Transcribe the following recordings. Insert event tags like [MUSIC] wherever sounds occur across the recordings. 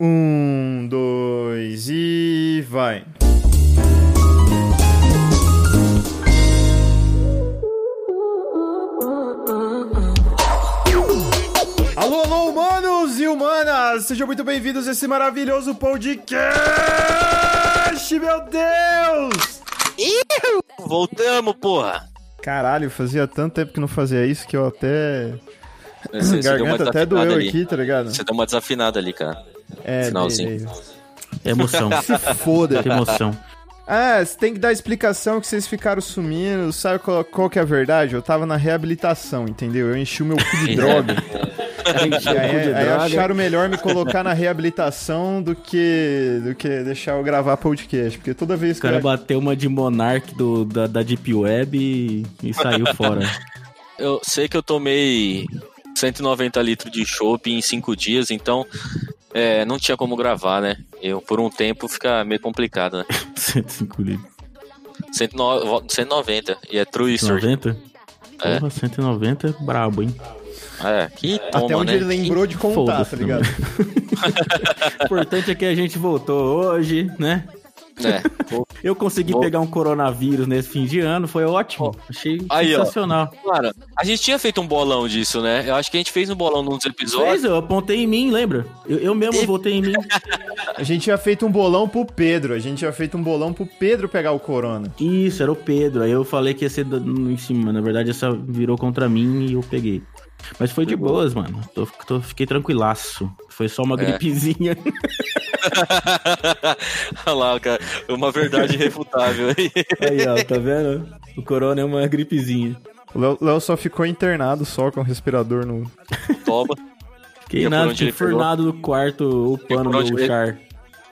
Um, vai. Alô, alô, humanos e humanas! Sejam muito bem-vindos a esse maravilhoso podcast, meu Deus! Voltamos, porra! Caralho, fazia tanto tempo que não fazia isso que eu até... É, Você, você deu uma Garganta até desafinada doeu ali. aqui, tá ligado? Você deu uma desafinada ali, cara. É, Sinalzinho. beleza. É Emoção. [LAUGHS] Se foda. Que emoção. Ah, você tem que dar explicação que vocês ficaram sumindo. Sabe qual, qual que é a verdade? Eu tava na reabilitação, entendeu? Eu enchi o meu cu [LAUGHS] de droga. aí, aí acharam melhor me colocar na reabilitação do que, do que deixar eu gravar podcast. Porque toda vez O que. cara eu- bateu uma de Monark do, da, da Deep Web e, e saiu [LAUGHS] fora. Eu sei que eu tomei 190 litros de chopp em cinco dias, então é, não tinha como gravar, né? Eu, por um tempo fica meio complicado, né? 105 litros. 109 190, e é true story. 90? É. Porra, 190 é brabo, hein? É, que toma, Até onde né? ele lembrou de contar, Foda-se tá ligado? O importante é que a gente voltou hoje, né? É. Eu consegui Bom. pegar um coronavírus nesse fim de ano, foi ótimo. Achei Aí, ó. sensacional. Cara, a gente tinha feito um bolão disso, né? Eu acho que a gente fez um bolão num dos episódios. Fez, eu apontei em mim, lembra? Eu, eu mesmo votei em mim. A gente tinha feito um bolão pro Pedro. A gente tinha feito um bolão pro Pedro pegar o corona. Isso, era o Pedro. Aí eu falei que ia ser do- em cima. Na verdade, essa virou contra mim e eu peguei. Mas foi de boas, mano. Tô, tô- fiquei tranquilaço. Foi só uma É. gripezinha. [LAUGHS] Olha lá, cara, uma verdade irrefutável aí. [LAUGHS] [LAUGHS] Aí, ó, tá vendo? O corona é uma gripezinha. O Léo- Léo só ficou internado só com o respirador no. Toma. E Fiquei por nada, onde ele enfurnado no quarto, upando por onde meu ele- char.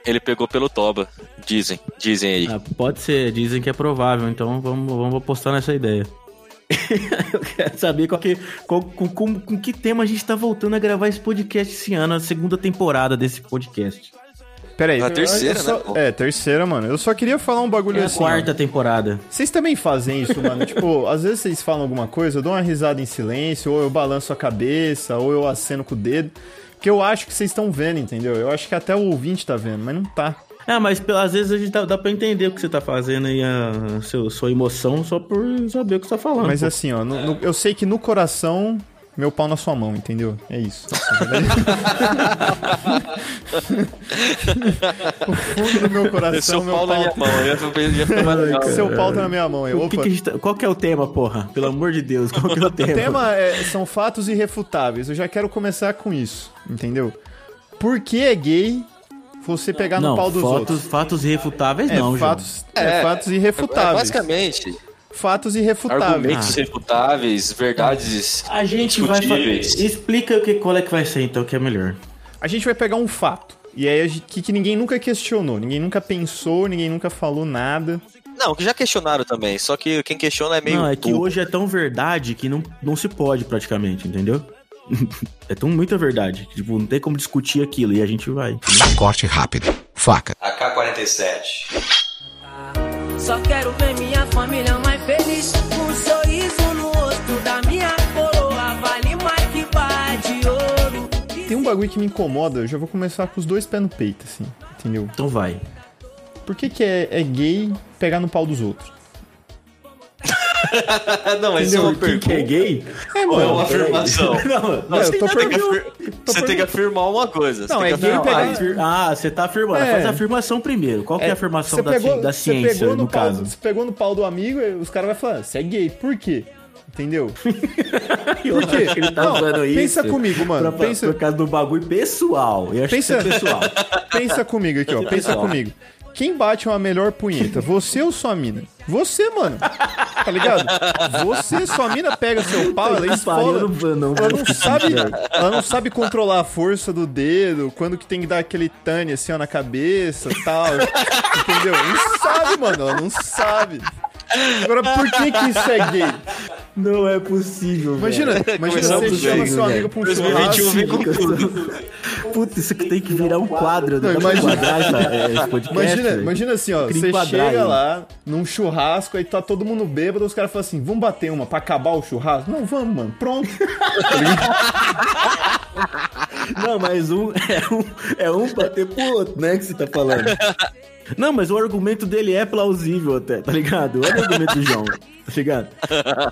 Ele pegou pelo Toba. Dizem, dizem aí. Ah, pode ser, dizem que é provável, então vamos, vamos apostar nessa [LAUGHS] ideia. Eu quero saber qual que, qual- com, com- com que tema a gente tá voltando a gravar esse podcast esse ano, a segunda temporada desse podcast. Pera aí. Na eu- terceira, eu só- né, pô? É, terceira, mano. Eu só queria falar um bagulho É a assim. quarta temporada. Vocês também fazem isso, mano? tipo, às vezes vocês falam alguma coisa, eu dou uma risada em silêncio, ou eu balanço a cabeça, ou eu aceno com o dedo. Porque eu acho que vocês estão vendo, entendeu? Eu acho que até o ouvinte tá vendo, mas não tá. Ah, mas pela- às vezes a gente dá, dá pra entender o que você tá fazendo e a seu- sua emoção só por saber o que você tá falando. Mas pô. assim, ó, no- no- eu sei que no coração, meu pau na sua mão, entendeu? É isso. [LAUGHS] o fundo do meu coração, Seu é meu pau na minha mão, eu ia- eu ia ficar mais legal. Seu pau tá na minha mão, eu. O que Opa. que a gente tá- qual que é o tema, porra? Pelo amor de Deus, [LAUGHS] qual que é o tema? O tema é- são fatos irrefutáveis. Eu já quero começar com isso, entendeu? Por que é gay você pegar no não, pau dos fatos, outros? fatos irrefutáveis não, é, João. fatos, é, É, fatos É, irrefutáveis. basicamente, fatos irrefutáveis. argumentos refutáveis, verdades. A gente vai fa- Discutíveis. Explica o que, qual é que vai ser, então, que é melhor. A gente vai pegar um fato. E aí, a gente- que, que ninguém nunca questionou, ninguém nunca pensou, ninguém nunca falou nada. Não, que já questionaram também, só que quem questiona é meio. não, é que burro. hoje é tão verdade que não, não se pode praticamente, entendeu? [LAUGHS] é tão muita verdade. que, Tipo, não tem como discutir aquilo e a gente vai. entendeu? Corte rápido. Faca. AK-47. Só quero ver minha família mais feliz. Um sorriso no rosto da minha coroa. Vale mais que barra de ouro. Tem um bagulho que me incomoda, eu já vou começar com os dois pés no peito, assim, entendeu? Então vai. Por que, que é, é gay pegar no pau dos outros? Ah, não, mas é uma Quem [LAUGHS] que pergunta. é gay? É, Ou é uma peraí. afirmação? [LAUGHS] não, Não, eu tô tem Você tem nada que perguntando. afir- Você tem que afirmar uma coisa. você Não, é tem que gay afirmar. pegar- Ah, Afir- Ah, você tá afirmando. É. Faz a afirmação primeiro. Qual que é a afirmação você da, ci- você da ciência, pegou no, pau- caso? Você pegou no pau do amigo, e os caras vão falar, você é gay, por quê? Entendeu? Eu acho que [LAUGHS] ele tá Não, usando isso. pensa comigo, mano, pra- pensa- Por causa do bagulho pessoal. Eu acho Pensa- que isso [LAUGHS] é pessoal. pensa comigo aqui, ó, pensa Pessoal. comigo. Quem bate uma melhor punheta, você ou sua mina? Você, mano. Tá ligado? Você, sua mina pega seu pau, ela Que pariu, esfola. eu não- não vou Ela não, discutir, sabe, velho. ela não sabe controlar a força do dedo, quando que tem que dar aquele tane assim, ó, na cabeça e tal. Entendeu? Não sabe, mano. Ela não sabe. Agora, por que que isso é gay? Não é possível, Imagina, velho. é imagina Começamos você bem, chama seu velho. amigo pra um 2021 churrasco. vem com tudo. Puta, isso aqui tem que virar um quadro. Não, Não, dá pra imagina- enquadrar essa- é, um esse podcast, Imagina, velho. imagina assim, ó. Queria Você enquadrar chega ele. lá num churrasco, aí tá todo mundo bêbado, os caras falam assim: vamos bater uma pra acabar o churrasco? Não, vamos, mano. Pronto. Não, mas um é um, é um bater pro outro, né? Que você tá falando. Não, mas o argumento dele é plausível até, tá ligado? Olha o argumento do João, tá ligado?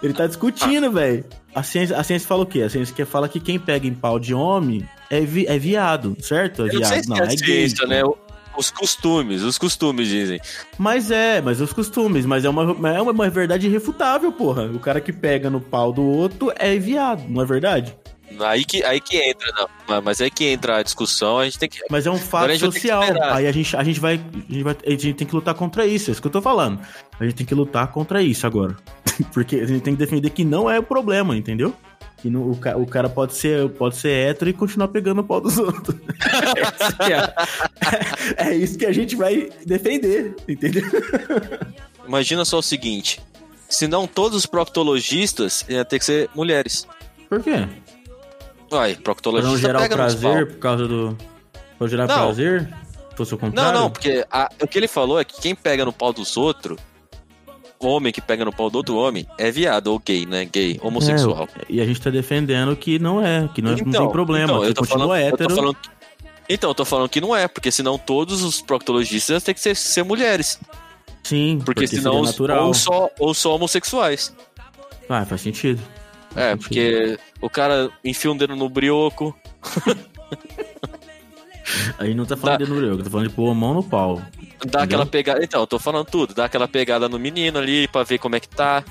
Ele tá discutindo, velho. A ciência, a ciência fala o quê? A ciência que fala que quem pega em pau de homem é, vi, é viado, certo? É Eu não sei viado. se é, gay, ciência, pô. né? Os costumes, os costumes dizem. Mas é, mas os costumes, mas é uma, é uma, uma verdade irrefutável, porra. O cara que pega no pau do outro é viado, não é verdade? Aí que, aí que entra, não. Mas- Mas aí que entra a discussão, a gente tem que. Mas é um Agora a fato gente vai ter que social. esperar. Aí a gente, a, gente vai, a gente vai- a gente tem que lutar contra isso, é isso que eu tô falando. A gente tem que lutar contra isso agora. [LAUGHS] Porque a gente tem que defender que não é o problema, entendeu? Que não- o, ca- o cara pode ser, pode ser hétero e continuar pegando o pau dos [LAUGHS] outros. Essa que é, [LAUGHS] é isso que a gente vai defender, entendeu? Imagina só o seguinte: se não todos os proctologistas iam ter que ser mulheres. Por quê? Vai, Pra não proctologista gerar o pega nos tá pau. prazer por causa do. Pra gerar Não. prazer? Fosse o Não, contrário? não, porque a- o que ele falou é que quem pega no pau dos outros, homem que pega no pau do outro homem, é viado ou gay, né? Gay, homossexual. E a gente tá defendendo que não é, que não, é- não tem problema. então, que eu tô continua falando, eu tô hétero. falando que- então, eu tô falando que não é, porque senão todos os proctologistas têm que ser, ser mulheres. Sim, Porque, seria senão. os- natural. Ou só, ou só homossexuais. Ah, faz sentido. É, porque o cara enfia um dedo no brioco, A gente não tá falando Tá. de Nurego, tá falando de pôr a mão no pau. Dá Entendeu? aquela pegada. Então, eu tô falando tudo. Dá aquela pegada no menino ali pra ver como é que [COUGHS] tá.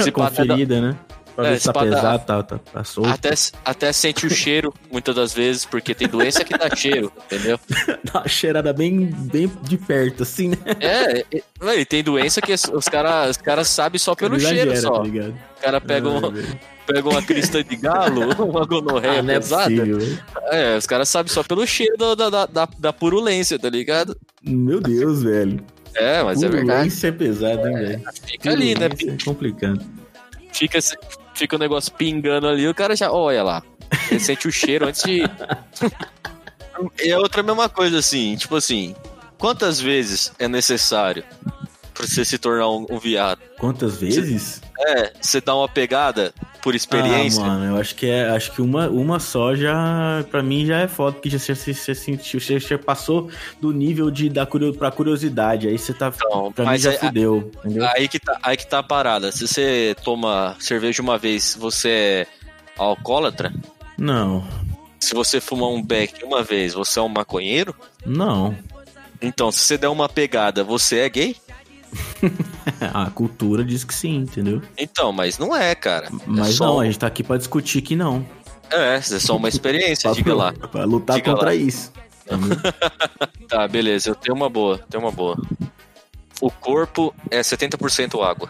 Se pá, até, dá- Conferida, né? Pra É, ver se tá espada- pesado, tá, tá, tá solto. até, até [COUGHS] sente o cheiro, muitas das vezes, porque tem doença que dá cheiro, entendeu? Dá uma cheirada bem, bem de perto, assim, né? É, e- e, e tem doença que os- os caras os cara sabem só pelo Exagera, cheiro só. Tá ligado? O cara pega, Ah, um- velho. pega uma crista de galo, [LAUGHS] uma gonorreia Ah, não é pesada. possível, velho. É, os caras sabem só pelo cheiro da- da, da, da, da purulência, tá ligado? Meu Deus, velho. É, mas é verdade. Isso é pesado, hein, velho? Fica ali, né? Isso é complicado. fica, esse- fica o negócio pingando ali, o cara já olha lá. Ele sente o cheiro antes [LAUGHS] de. é outra mesma coisa, assim, tipo assim, quantas vezes é necessário pra você se tornar um, um viado? Quantas vezes? É, você dá uma pegada por experiência. Ah, mano, eu acho que é, acho que uma, uma só já pra mim já é foda, porque já você, você, você sentiu, você, você passou do nível de da curio, pra curiosidade, aí você tá Então, pra mim mas já aí- fudeu, entendeu? Aí que, tá, aí que tá a parada. Se você toma cerveja uma vez, você é alcoólatra. Não. Se você fumar um beck uma vez, você é um maconheiro. Não. [LAUGHS] Então, se você der uma pegada, você é gay? A cultura diz que sim, entendeu? Então, mas não é, cara. é Mas só não, um- a gente tá aqui pra discutir que não. É, é só uma experiência, Pra- diga lá. Pra lutar Diga contra lá. isso. Tá, beleza, eu tenho uma boa, tenho uma boa. O corpo é 70% água.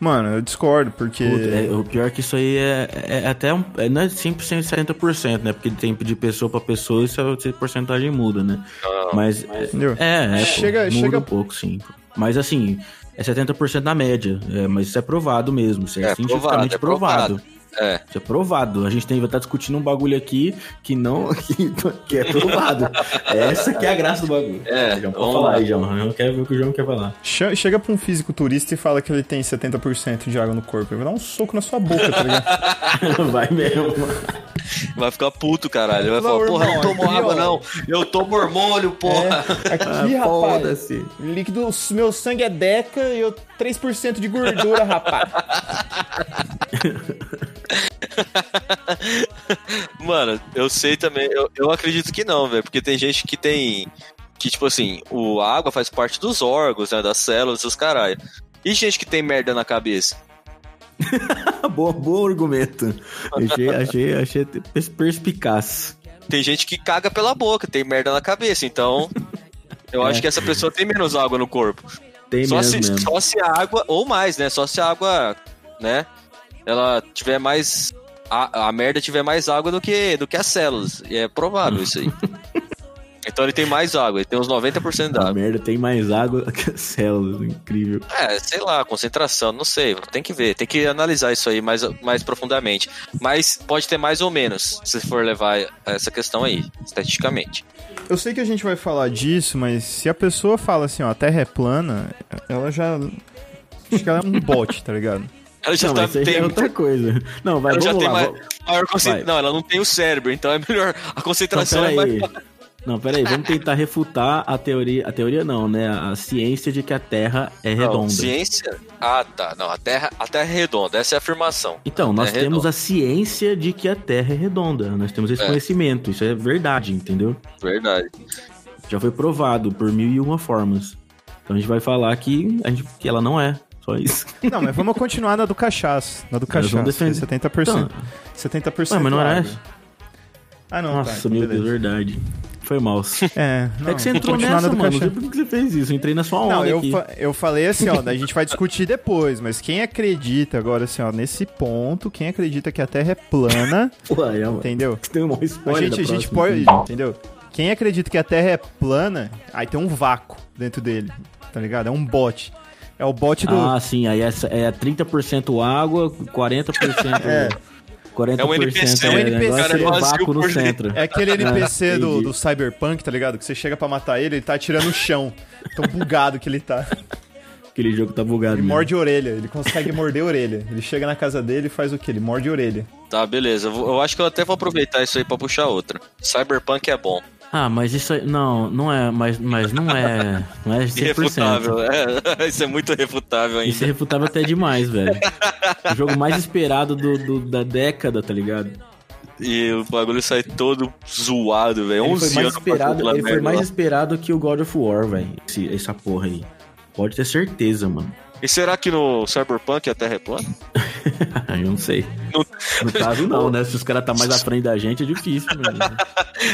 Mano, eu discordo, porque. Puta, é, o pior é que isso aí é, é até um, é, não é 100%, 70%, né? Porque tem de pessoa pra pessoa, isso é, essa porcentagem muda, né? Ah, Mas Entendeu? É, Chega- é chega, muda chega- um pouco, sim. Mas assim, é 70% na média. é, mas isso é provado mesmo. Isso é, É, provado, cientificamente é provado, provado. É. Isso é provado. A gente tem, vai estar discutindo um bagulho aqui que não. [LAUGHS] que, que é provado. Essa que é a graça do bagulho. É, João, pode vamos falar lá. aí, João. Eu quero ver o que o João quer falar. [LAUGHS] Che- Chega pra um fisiculturista e fala que ele tem 70% de água no corpo. Ele vai dar um soco na sua boca, tá [LAUGHS] ligado? vai mesmo. Vai ficar puto, caralho. Vai Não, falar, porra, eu irmão, é não tomo aqui, ó. água, não. Eu tomo hormônio, porra. É, aqui, rapaz. Foda-se. Líquido, meu sangue é deca e eu 3% de gordura, rapaz. [LAUGHS] Mano, eu sei também, eu, eu acredito que não, velho. Porque tem gente que tem. Que, tipo assim, o a água faz parte dos órgãos, né? Das células, dos caralho. E gente que tem merda na cabeça? [LAUGHS] Bom, bom argumento. Achei, achei, achei pers- perspicaz. Tem gente que caga pela boca, tem merda na cabeça. Então, eu acho que essa pessoa tem menos água no corpo. É. Tem só, mesmo se, mesmo. só se a água, ou mais, né? Só se a água, né? Ela tiver mais. A, a merda tiver mais água do que, do que as células. E é provável isso [LAUGHS] aí. então ele tem mais água, ele tem uns 90% da A água. merda tem mais água [LAUGHS] que as células. Incrível. É, sei lá, concentração, não sei. Tem que ver, tem que analisar isso aí mais, mais profundamente. Mas pode ter mais ou menos, se for levar essa questão aí, estatisticamente. Eu sei que a gente vai falar disso, mas se a pessoa fala assim, ó, a terra é plana, ela já. Acho que ela é um bot, tá ligado? Ela já não, tá, mas isso aí tem, é outra coisa. Não, vai, ela já vamos tem lá. mais, vamos- maior concent- Vai. Não, ela não tem o cérebro, então é melhor. A Então, concentração é mais peraí. Não, peraí, vamos tentar refutar a teoria. A teoria não, né? A ciência de que a Terra é Não, redonda. ciência? Ah, tá. Não, a Terra, a terra é redonda. Essa é a afirmação. Então, nós é temos redondo. a ciência de que a Terra é redonda. Nós temos esse É. conhecimento. Isso é verdade, entendeu? Verdade. Já foi provado por mil e uma formas. Então a gente vai falar que, a gente, que ela não é. Só isso. Não, mas vamos continuar na do cachaço. Na do Mas cachaço. vamos que é defender. 70%. 70% Ué, mas não era água. essa? Ah, não. Nossa, tá, meu beleza. Deus, verdade. [LAUGHS] Foi mal. É, não, é que você vou entrou continuar nessa, na do mano. Não sei cachaço. por que você fez isso. Eu entrei na sua onda Não, eu, aqui. fa- eu falei assim, [LAUGHS] ó, a gente vai discutir depois, mas quem acredita agora, assim, ó, nesse ponto, quem acredita que a Terra é [LAUGHS] plana, Ué, é, mano. entendeu? Tem um A spoiler gente, a da gente pode, próxima. entendeu? Quem acredita que a Terra é plana, aí tem um vácuo dentro dele, tá ligado? É um bote. É o bote do... Ah, sim, aí essa é 30% água, 40%. [LAUGHS] É. 40% É um NPC, é um NPC. negócio, Cara, é é vazio vácuo no por dentro. centro. É aquele NPC [LAUGHS] Ah, do, entendi. do Cyberpunk, tá ligado? Que você chega pra matar ele, ele tá atirando no chão. Tão bugado que ele [LAUGHS] tá. Aquele jogo tá bugado. Ele mesmo. morde a orelha, ele consegue morder a orelha. Ele chega na casa dele e faz o quê? Ele morde a orelha. Tá, beleza. Eu, vou- eu acho que eu até vou aproveitar isso aí pra puxar outra. Cyberpunk é bom. Ah, mas isso aí. Não, não é. Mas, mas não é. Não é 100%. Irrefutável. [LAUGHS] É, isso é muito refutável ainda. Isso é refutável até demais, velho. O jogo mais esperado do, do- da década, tá ligado? E o bagulho sai todo zoado, velho. Ele 11 foi mais anos pra esperado, aquela ele foi merda mais lá. esperado que o God of War, velho. esse- Essa porra aí. Pode ter certeza, mano. [LAUGHS] E será que no Cyberpunk a Terra é plana? Eu não sei. Não- No caso, não, né? Se os caras tá mais à frente da gente, é difícil, [LAUGHS] mano.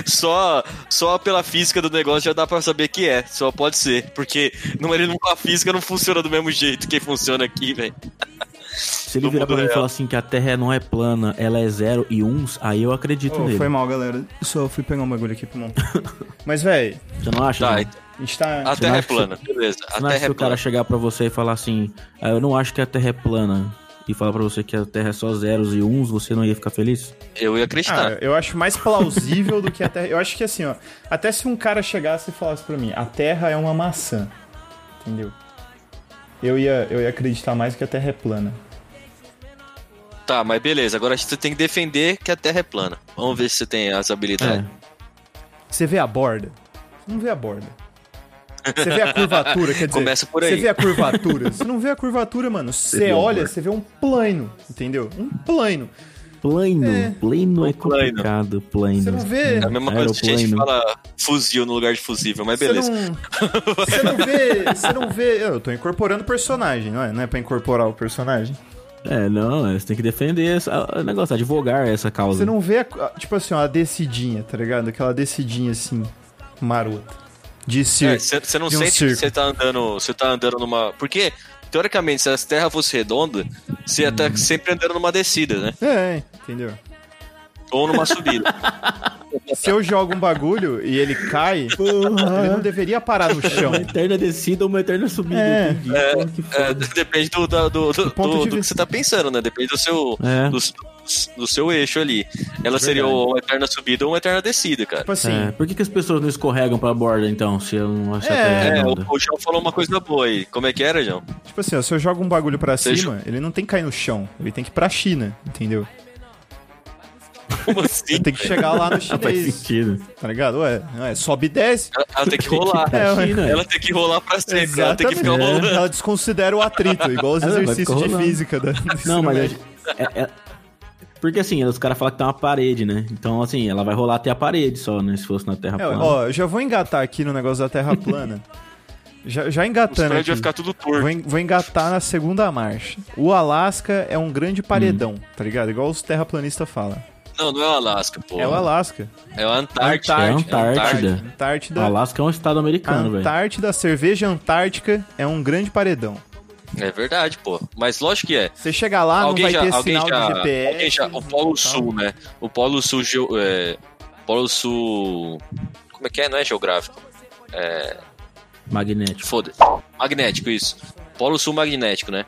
Só, só pela física do negócio já dá pra saber que é. Só pode ser. Porque não, ele não, a física não funciona do mesmo jeito que funciona aqui, velho. Se ele No virar pra mundo mim e real. falar assim que a Terra não é plana, ela é zero e uns, aí eu acredito Ô, nele. foi mal, galera. Só fui pegar um bagulho aqui pro mão. [LAUGHS] Mas, velho, Você não acha? Tá, não? então, a gente tá. a Terra é Hum. acha que- plana. Beleza. A Você não Terra acha que é o cara plana. chegar pra você e falar assim, ah, eu não acho que a Terra é plana, e falar pra você que a Terra é só zeros e uns, você não ia ficar feliz? Eu ia Ah, é. acreditar. eu acho mais plausível do que a Terra. Eu acho que assim, ó. Até se um cara chegasse e falasse pra mim, a Terra é uma maçã. Entendeu? Eu ia, eu ia acreditar mais que a Terra é plana. Tá, mas beleza. Agora você tem que defender que a Terra é plana. Vamos ver se você tem as habilidades. É. Você vê a borda? Você não vê a borda. Você vê a curvatura, quer dizer. Começa por aí. Você vê a curvatura. Você não vê a curvatura, mano. Você vê a olha, borda. você vê um plano, entendeu? Um plano. Plano, plano é plano. complicado, plano. Você não vê. É a mesma coisa que a gente Aeroplano. fala fuzil no lugar de fusível, mas Você beleza. [LAUGHS] não, você não vê. Você não vê. Eu tô incorporando personagem, não é? Não é pra incorporar o personagem. É, não, você tem que defender essa- o negócio, advogar essa causa. Você não vê, a- tipo assim, ó, a decidinha, tá ligado? Aquela decidinha assim, marota. É, De circo. Você É, não de um sente que circo. você tá andando. Você tá andando numa. Porque, teoricamente, se a terra fosse redonda, você ia Hum. estar sempre andando numa descida, né? É, entendeu? Ou numa [LAUGHS] subida. Se eu jogo um bagulho e ele cai, ele não deveria parar no chão. Tipo Uma eterna descida ou uma eterna subida. É. entendi. Porra, que foda. É, depende do, da- do, do, ponto do- de do que vista. você tá pensando, né? Depende do seu, É. do, do seu eixo ali. Ela seria uma eterna subida ou uma eterna descida, cara. Tipo assim, É, por que, que as pessoas não escorregam pra borda, então, se eu não acho que a É, terra é É, o, redonda? o João falou uma coisa boa aí. Como é que era, João? tipo assim, ó, se eu jogo um bagulho pra Você cima, ele não tem que cair no chão. Ele tem que ir pra China, entendeu? Como assim? Ele tem que chegar lá no Não [LAUGHS] Ah, faz chinês, sentido. tá ligado? Ué, ué, sobe e desce. Ela, ela tem que [LAUGHS] rolar. É, ué. China, Ela tem que rolar pra sempre. Ela tem que ficar Exatamente. É, É. rolando. Ela desconsidera o atrito, igual os [LAUGHS] Ela vai exercícios ficar de Ah, rolando. física. Da, do ensino Não, mas. né? médio. é- é- porque assim, os caras falam que tá uma parede, né? Então, assim, ela vai rolar até a parede só, né? Se fosse na Terra É, plana. ó, eu já vou engatar aqui no negócio da Terra plana. já, já Os engatando prédios aqui. vai ficar tudo torto. Vou, en- vou engatar na segunda marcha. O Alasca é um grande Hum. paredão, tá ligado? Igual os terraplanistas falam. Não, não é o Alasca, pô. É o Alasca. É o Antártica. é a Antártida. Antártida. Antártida. Alasca é um estado A americano, velho. Antártida, a cerveja antártica é um grande paredão. É verdade, pô. Mas lógico que é. Você chega lá, alguém Ah, não vai já, ter alguém sinal já, de GPS. alguém já- o tal. Polo Sul, né? O Polo Sul, geo- é, Polo Sul, como é que é? Não é geográfico? Magnético. Foda. Magnético isso. Polo Sul magnético, né?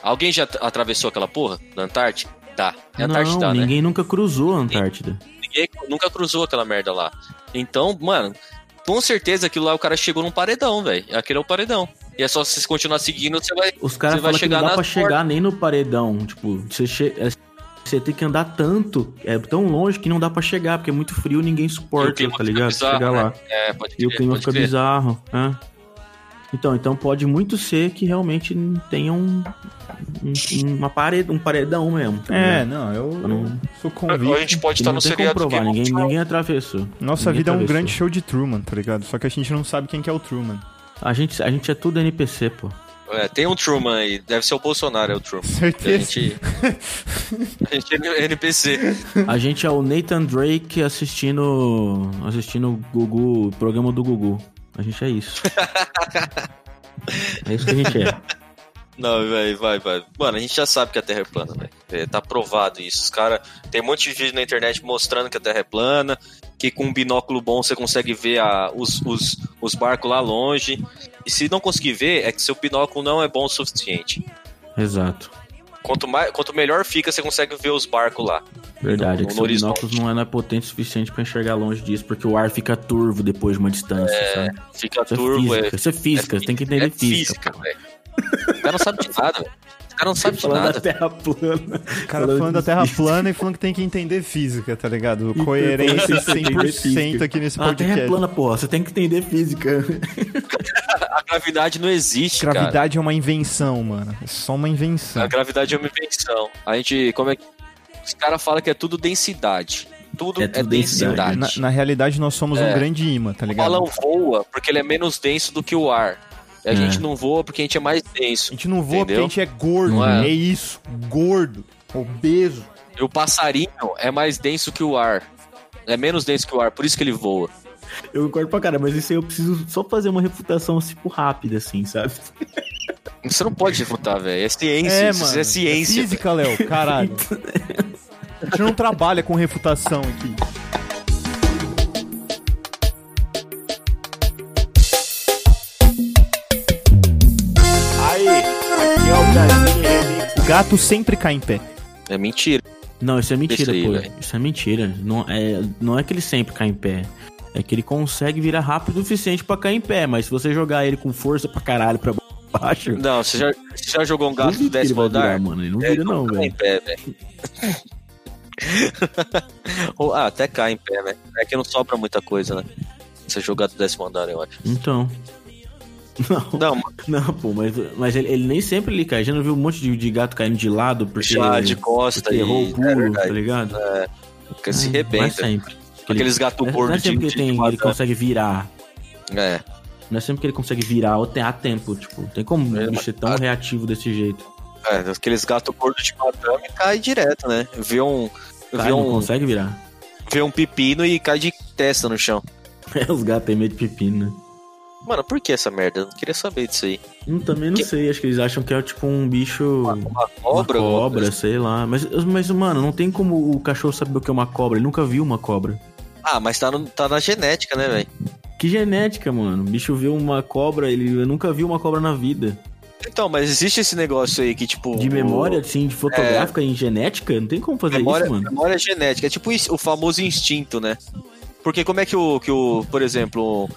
Alguém já at- atravessou aquela porra da Antártica? Tá. É Antártida, não, né? ninguém nunca cruzou a Antártida. Ninguém nunca cruzou aquela merda lá. Então, mano, com certeza aquilo lá o cara chegou num paredão, velho. Aquele é o paredão. E é só se você continuar seguindo, você vai. Os Você caras vai falam que chegar não nas dá pra portas. chegar nem no paredão. Tipo, você che... é, Você tem que andar tanto, é tão longe que não dá pra chegar, porque é muito frio ninguém suporta, tá ligado? Bizarro, chegar lá. né? É, pode E o crer, clima pode fica crer. bizarro. né? Então, então pode muito ser que realmente tenha um, um, uma parede, um paredão mesmo. tá É, ligado? não, eu, eu Não. sou Ou a convicto. gente pode Que estar não no tem seriado é como do provar, Game of ninguém, Thrones. ninguém atravessou. Nossa Ninguém vida é um atravessou. grande show de Truman, tá ligado? Só que a gente não sabe quem que é o Truman. A gente, a gente é tudo NPC, pô. É, tem um Truman aí, deve ser o Bolsonaro, é o Truman. A Certeza. [LAUGHS] gente, a gente é NPC. A gente é o Nathan Drake assistindo assistindo o Gugu, o programa do Gugu. A gente [LAUGHS] é isso. é isso que a gente é. Não, vai, vai, vai. Mano, a gente já sabe que a Terra é plana, velho. É, Tá provado isso. Os cara tem um monte de vídeo na internet mostrando que a Terra é plana, que com um binóculo bom você consegue ver a- os, os, os barcos lá longe. E se não conseguir ver, é que seu binóculo não é bom o suficiente. Exato. Quanto, mais, quanto melhor fica, você consegue ver os barcos lá. Então, No- Verdade, é que no seu horizonte. binóculos não é, não é potente o suficiente pra enxergar longe disso, porque o ar fica turvo depois de uma distância, sabe? Fica Isso é turvo, é. física, isso é física, você tem que entender é física. física, velho. O cara não sabe de nada, velho. O cara não sabe de Falando da nada. Terra plana. O cara falando da Terra plana e falando que tem que entender física, tá ligado? Coerência tem que entender 100% física. aqui nesse A Terra é podcast. plana, porra, você tem que entender física. [LAUGHS] A gravidade não existe, cara. Gravidade é uma invenção, mano. É só uma A invenção. gravidade é uma invenção. A gente, como é que. Os caras falam que é tudo densidade. Tudo é, É tudo densidade. densidade. Na, na realidade, nós somos um É. um grande imã, tá O ligado? balão A voa porque ele é menos denso do que o ar. E a É. gente não voa porque a gente é mais denso. gente não voa porque a Entendeu? gente é gordo. Não é? É isso. Gordo. Obeso. E o passarinho é mais denso que o ar. É menos denso que o ar, por isso que ele voa. Eu concordo pra caramba, mas isso aí eu preciso só fazer uma refutação, tipo, rápida, assim, sabe? Você não pode refutar, velho. É ciência. isso é ciência. É física, Léo. [LAUGHS] Caralho. A gente não trabalha com refutação aqui. Aí, aqui é o Gastinho Remix. O gato sempre cai em pé. É mentira. Não, isso é mentira, Isso aí, pô. velho. Isso é mentira. Não é, não é que ele sempre cai em pé. É que ele consegue virar rápido o suficiente pra cair em pé, mas se você jogar ele com força pra caralho pra baixo. Não, você já, você já jogou um gato do duvido que ele décimo vai virar, andar? mano. Ele não É, vira, não, cai em velho. pé, [LAUGHS] velho. Ou, ah, até cai em pé, né? É que não sobra muita coisa, né? Você jogar do décimo andar, eu acho. Então. Não, Não, não, pô, mas, mas ele, ele nem sempre ele cai. Já não viu um monte de, de gato caindo de lado porque, já de costa porque e... errou o pulo, é tá verdade. ligado? Porque se Não é rebenta. sempre. Aqueles Não gatos é- não é gordos de, sempre que de, ele, tem, ele de consegue virar. É. Não é sempre que ele consegue virar ou tem a tempo, tipo, não tem como É, um bicho ser tão a- reativo desse jeito. é, aqueles gatos gordos de madame cai direto, né? Vê um, Cara, vê não um, consegue virar. vê um pepino e cai de testa no chão. [LAUGHS] É, os gatos têm medo de pepino, né? Mano, por que essa merda? Eu não queria saber disso aí. Hum, também não Que- sei, acho que eles acham que é tipo um bicho. Uma Uma cobra? alguma cobra, coisa? assim. sei lá. Mas, mas, mano, não tem como o cachorro saber o que é uma cobra. Ele nunca viu uma cobra. Ah, mas tá, no- tá na genética, né, velho? Que genética, mano. O bicho viu uma cobra, ele nunca viu uma cobra na vida. Então, mas existe esse negócio aí que, tipo... De o- É. memória, assim, de fotográfica, em genética, não tem como fazer memória, isso, mano. memória genética. É tipo isso, o famoso instinto, né? Porque como é que o, que o por exemplo,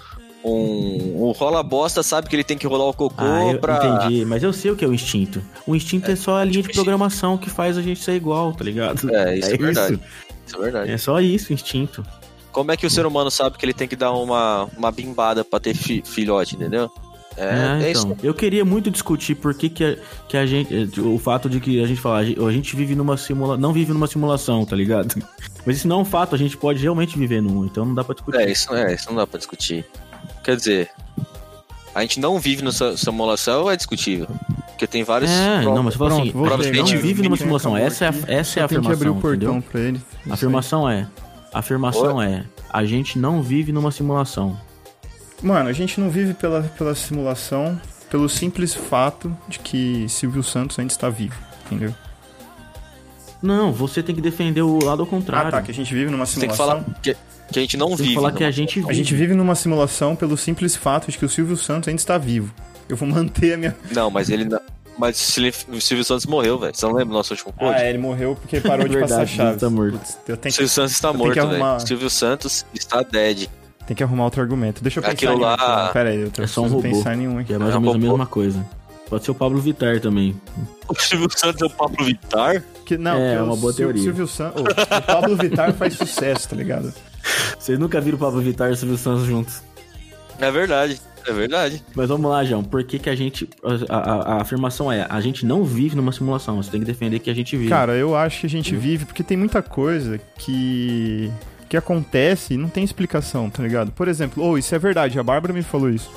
um, um rola bosta sabe que ele tem que rolar o cocô Ah, eu pra. entendi, mas eu sei o que é o instinto. O instinto é, só a linha de tipo programação que faz a gente ser igual, tá ligado? É, [LAUGHS] isso é verdade. Isso é verdade. É só isso, o instinto. Como é que o ser humano sabe que ele tem que dar uma, uma bimbada pra ter fi- filhote, entendeu? É, É, é, então. isso. Eu queria muito discutir por que, que, a, que a gente. O fato de que a gente fala, a gente, a gente vive numa simulação. Não vive numa simulação, tá ligado? [LAUGHS] Mas isso não é um fato, a gente pode realmente viver num, então não dá pra discutir. É, isso, é, isso não dá pra discutir. Quer dizer, a gente não vive no sa- simulação é discutível. Porque tem vários. É, provas. não, mas você fala assim, Pronto, vou a gente não pegar. vive numa Quem simulação. acabou Essa é a, aqui, essa é Só a tem que afirmação. abrir o entendeu? portão pra ele. A afirmação é. A afirmação é. A gente não vive numa simulação. Mano, a gente não vive pela, pela simulação, pelo simples fato de que Silvio Santos ainda está vivo, entendeu? Não, você tem que defender o lado ao contrário. Ah, tá, que a gente vive numa Você tem que simulação. falar que, que a gente não Você tem vive. que falar não. que a gente vive. A gente vive numa simulação pelo simples fato de que o Silvio Santos ainda está vivo. Eu vou manter a minha. [LAUGHS] Não, mas ele não. Mas o Sil- o Silvio Santos morreu, velho. Você não lembra do nosso último pod? Ah, é, ele morreu [LAUGHS] porque parou de Verdade, passar ele chaves. tá morto. Putz, eu tenho O que, Silvio Santos está tem que morto, arrumar. velho. Silvio Santos está dead. tem que arrumar outro argumento. Deixa eu pensar Aquilo em lá- outro. Pera aí, eu tô É só um preciso robô. pensar em um aqui. Que é mais ou É um menos a robô. mesma coisa. Pode ser o Pablo Vittar também. O Silvio Santos é o Pablo Vittar? Que, não, É, que uma o boa Sil- teoria. Silvio San... Ô, o Pablo Vittar faz sucesso, tá ligado? Vocês nunca viram o Pablo Vittar e o Silvio Santos juntos. É verdade, é verdade. Mas vamos lá, João. Por que, que a gente. A, a- a afirmação é: a gente não vive numa simulação. Você tem que defender que a gente vive. Cara, eu acho que a gente vive porque tem muita coisa que que acontece e não tem explicação, tá ligado? Por exemplo, ou isso é verdade, a Bárbara me falou isso.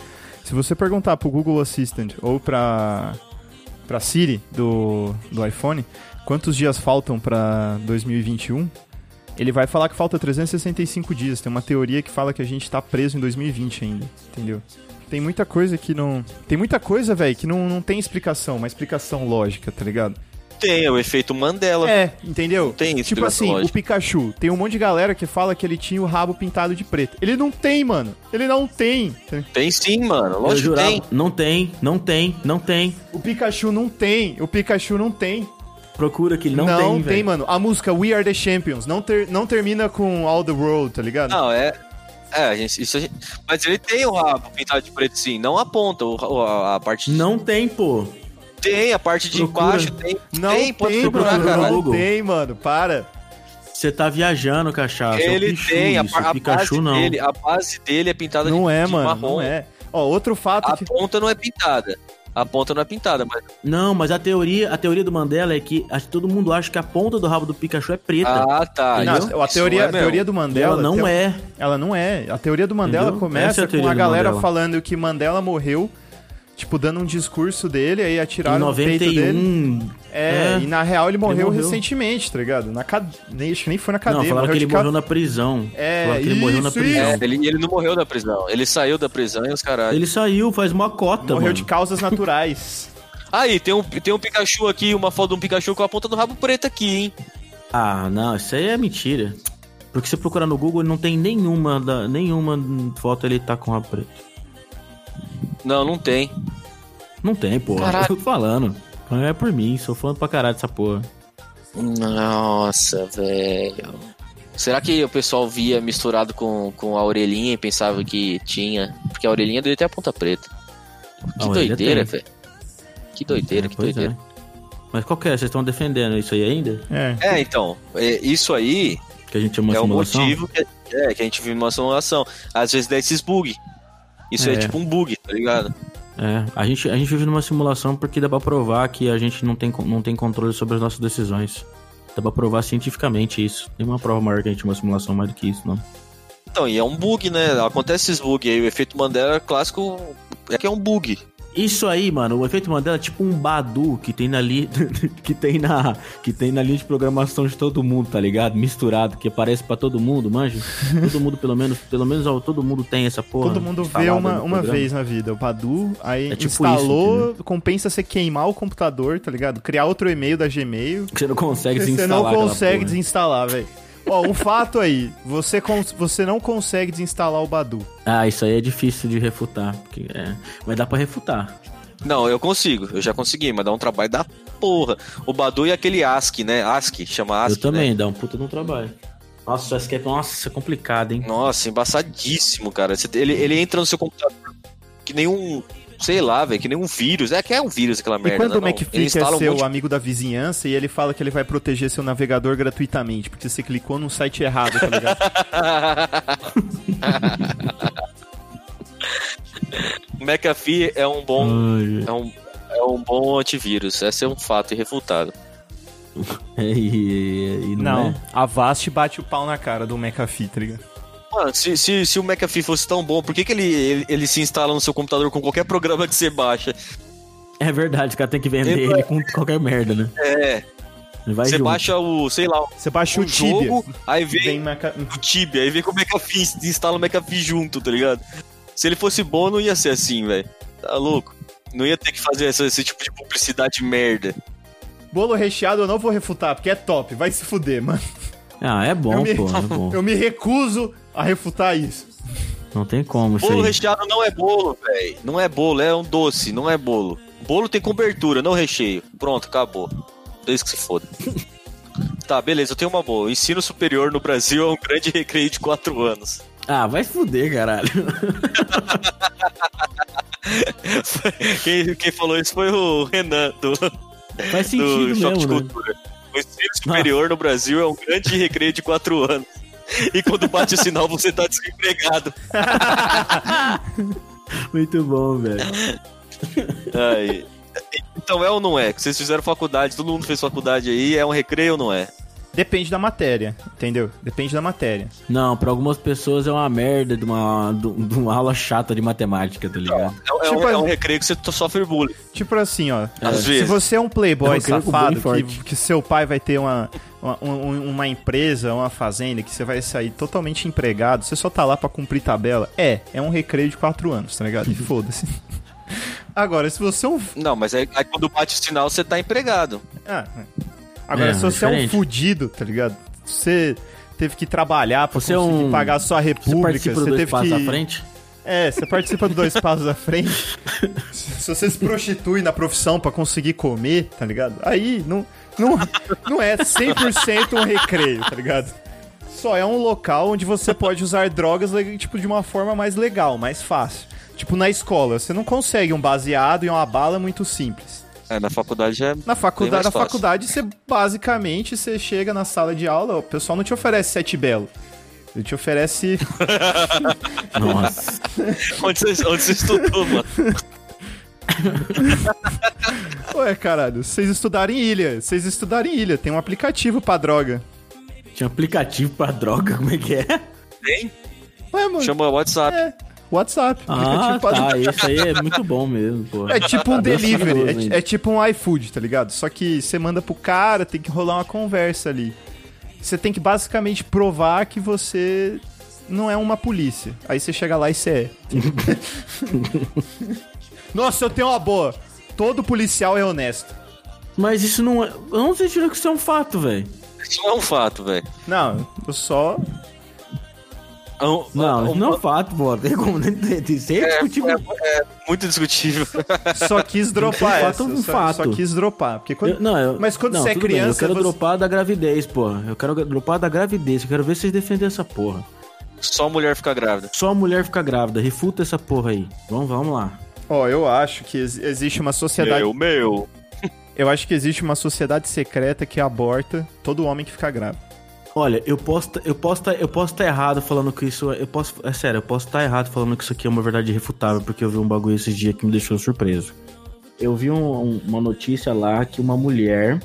Se você perguntar pro Google Assistant ou pra para Siri do, do iPhone, quantos dias faltam pra 2021? Ele vai falar que falta 365 dias. Tem uma teoria que fala que a gente tá preso em 2020 ainda, entendeu? Tem muita coisa que não. Tem muita coisa, velho, que não, não tem explicação, uma explicação lógica, tá ligado? Tem, é o efeito Mandela. É, entendeu? tem isso, tipo né, assim, lógico. o Pikachu. Tem um monte de galera que fala que ele tinha o rabo pintado de preto. Ele não tem, mano. Ele não tem. Tem sim, mano. eu Lógico que jurava. tem. Não tem, não tem, não tem. O Pikachu não tem. O Pikachu não tem. Procura que ele não, não tem, velho. mano. A música We Are the Champions não, ter- não termina com All the World, tá ligado? Não, é. É, a gente, isso a gente- Mas ele tem o rabo pintado de preto, sim. Não a ponta, o- o- a, a parte de. Não tem, pô. Tem, a parte de Procura. baixo tem. Não tem, pode procurar, mano. caralho. Não Google. tem, mano. Para. Você tá viajando, cachaça. um é o Ele Pichu tem, a, isso, par- o a Pikachu base não. dele, a base dele é pintada Não de, é, de mano. marrom. Não é. Ó, outro fato A que. ponta não é pintada. A ponta não é pintada, mas Não, mas a teoria, a teoria do Mandela é que acho que todo mundo acha que a ponta do rabo do Pikachu é preta. Ah, tá. Não, Isso- a isso teoria, é a mesmo. teoria do E Mandela. ela não tem- é. Ela não é. A teoria do Mandela Entendeu? Essa começa é a com teoria a do galera Mandela. falando que Mandela morreu, tipo, dando um discurso dele, aí atiraram Em no peito dele. 91. É, e na real ele morreu, né? morreu. recentemente, tá ligado? Na cade... nem, acho que nem foi na cadeia. Não, falaram morreu que ele de morreu ca- na prisão. É, falaram que ele morreu na isso, prisão. É, ele, ele não morreu da prisão. Ele saiu da prisão e os caralho. Ele saiu, faz uma cota, Morreu mano. de causas [LAUGHS] naturais. Aí, tem um, tem um Pikachu aqui, uma foto de um Pikachu com a ponta do rabo preta aqui, hein? Ah, não, isso aí é mentira. Porque se você procurar no Google, não tem nenhuma, da, nenhuma foto ele tá com rabo preto. Não, não tem. Não tem, porra. Caralho. Eu tô falando. É por mim, sou falando pra caralho dessa porra. Nossa, velho. Será que o pessoal via misturado com, com a orelhinha e pensava que tinha? Porque a orelhinha dele tem a ponta preta. Que A orelha doideira, tem. velho. Que doideira, que Pois doideira. é. Mas qual que é? Vocês estão defendendo isso aí ainda? É. É, então, é, isso aí Que a gente chama é o simulação? motivo que, é, que a gente vive uma simulação. Às vezes dá esses bug. Isso é. É. tipo um bug, tá ligado? É, a gente, a gente vive numa simulação porque dá pra provar que a gente não tem, con- não tem controle sobre as nossas decisões. Dá pra provar cientificamente isso. Tem uma prova maior que a gente uma simulação mais do que isso, não. Então, e é um bug, né? Acontece esses bug aí. O efeito Mandela clássico é que é um bug. Isso aí, mano, o efeito Mandela é tipo um Badu que tem na li... [LAUGHS] que tem na que tem na linha de programação de todo mundo, tá ligado? Misturado que aparece pra todo mundo, manja. Todo mundo pelo menos, pelo menos ó, todo mundo tem essa porra. Todo mundo vê instalada uma, no uma programa. vez na vida. O Badu aí É tipo isso, instalou, compensa você queimar o computador, tá ligado? Criar outro e-mail da Gmail. Você não consegue Você desinstalar não aquela consegue porra. né? desinstalar, velho. Ó, um fato aí. Você, cons- você não consegue desinstalar o Badu. Ah, isso aí é difícil de refutar, porque é, mas dá pra refutar. Não, eu consigo. Eu já consegui, mas dá um trabalho da porra. O Badu e aquele ASCII, né? ASCII, chama ASCII, eu também, dá um puta de um trabalho. Nossa, o SQL, nossa, é complicado, hein? Né? Nossa, embaçadíssimo, cara. Você- Ele, ele entra no seu computador que nem um... Sei lá, velho, que nem um vírus. É que é um vírus aquela merda, e quando né? o Não, McAfee ele é instala um seu monte de- amigo da vizinhança e ele fala que ele vai proteger seu navegador gratuitamente, porque você clicou num site errado, tá [LAUGHS] ligado? O McAfee é um bom... Ai, É um, é um bom antivírus. Esse é um fato irrefutável. é, e, e não, não, é? a Vast bate o pau na cara do McAfee, tá ligado? Mano, se, se, se o McAfee fosse tão bom, por que, que ele, ele, ele se instala no seu computador com qualquer programa que você baixa? É verdade, o cara tem que vender Ele- ele, com qualquer merda, né? É, Ele Vai você junto. baixa o, sei lá, Você baixa o o Tibia, jogo, aí vem, vem Maca... o Tibia, aí vem com o McAfee, instala o McAfee junto, tá ligado? Se ele fosse bom, não ia ser assim, velho. Tá louco? Não ia ter que fazer essa- esse tipo de publicidade merda. bolo recheado eu não vou refutar, porque é top, vai se fuder, mano. Ah, é bom, eu, me... pô, é bom. eu me recuso a refutar isso. Não tem como isso Bolo aí. recheado não é bolo, velho. Não é bolo, é um doce, não é bolo. Bolo tem cobertura, não recheio. Pronto, acabou. Desde que se [LAUGHS] foda. tá, beleza, eu tenho uma boa. O ensino superior no Brasil é um grande recreio de 4 anos. [LAUGHS] [LAUGHS] Ah, vai se fuder, caralho. Quem, quem falou isso foi o Renan do, [LAUGHS] Faz sentido do Choque de mesmo, né? Ah. Cultura. O ensino superior no Brasil é um grande recreio de quatro anos. E quando bate o sinal, você tá desempregado. Muito bom, velho. Aí. Então é ou não é? Vocês fizeram faculdade, todo mundo fez faculdade aí, é um recreio ou não é? Depende da matéria, entendeu? Depende da matéria. Não, pra algumas pessoas é uma merda de uma, de de uma aula chata de matemática, tá ligado? É, um- é Tipo, um, é um é- recreio que você t- sofre bullying. Tipo assim, ó. Às se vezes. você é um playboy Eu creio que bem safado, forte. que, que seu pai vai ter uma, uma, um- uma empresa, uma fazenda, que você vai sair totalmente empregado, você só tá lá pra cumprir tabela. É, é um recreio de quatro anos, tá [LAUGHS] ligado? E foda-se. Agora, se você é um. Não, mas aí, aí quando bate o sinal, você tá empregado. Ah, é. agora, É, se você é, um diferente. fudido, tá ligado? Você teve que trabalhar pra Você é conseguir um- pagar a sua Você república, participa do você, dois teve passos que. [LAUGHS] à frente? É, você participa do dois passos à frente. Se você se prostitui na profissão pra conseguir comer, tá ligado? Aí não, não, não é 100% um recreio, tá ligado? Só é um local onde você pode usar drogas le- tipo de uma forma mais legal, mais fácil. Tipo na escola, você não consegue um baseado e uma bala muito simples. É, na faculdade é. Na Bem faculdade, mais na fácil. faculdade você basicamente você chega na sala de aula, o pessoal não te oferece sete belo. Ele te oferece Nossa. [LAUGHS] Onde você, onde você estudou, mano? Ué, caralho, vocês estudaram em ilha, vocês estudaram em ilha, tem um aplicativo pra droga. Tinha aplicativo pra droga, como é [LAUGHS] que é? Tem? Ué, mano, Chama o WhatsApp. é, WhatsApp, Ah, pra tá, droga. isso aí é muito bom mesmo, pô. É tipo um Deus delivery, é maravilhoso, ti- hein? é, tipo um iFood, tá ligado? Só que você manda pro cara, tem que rolar uma conversa ali. Você tem que basicamente provar que você não é uma polícia. Aí você chega lá e [LAUGHS] você é. Nossa, eu tenho uma boa. Todo policial é honesto. Mas isso não é... Eu não sei se que isso é um fato, velho. Isso não é um fato, velho. Não, eu só É um- Não, é um- isso não é um fato, pô. Tem como... Isso aí é discutível. é, é muito discutível. [LAUGHS] Só quis dropar Um essa. fato é um só, fato. só quis dropar. Porque quando- Eu- não, eu- Mas quando não, você é tudo bem, criança, Eu quero você- dropar da gravidez, pô. Eu quero gra- dropar da gravidez. Eu quero ver vocês defenderem essa porra. Só mulher fica grávida. Só a mulher fica grávida. Refuta essa porra aí. Vamos, vamos lá. Ó, eu acho que ex- existe uma sociedade. Meu, meu. Eu acho que existe uma sociedade secreta que aborta todo homem que fica grávido. Olha, eu posso, tá- eu posso, tá- eu posso estar errado falando que isso, é- eu posso, é sério, eu posso estar errado falando que isso aqui é uma verdade irrefutável, porque eu vi um bagulho esses dias que me deixou surpreso. Eu vi um- um- uma notícia lá que uma mulher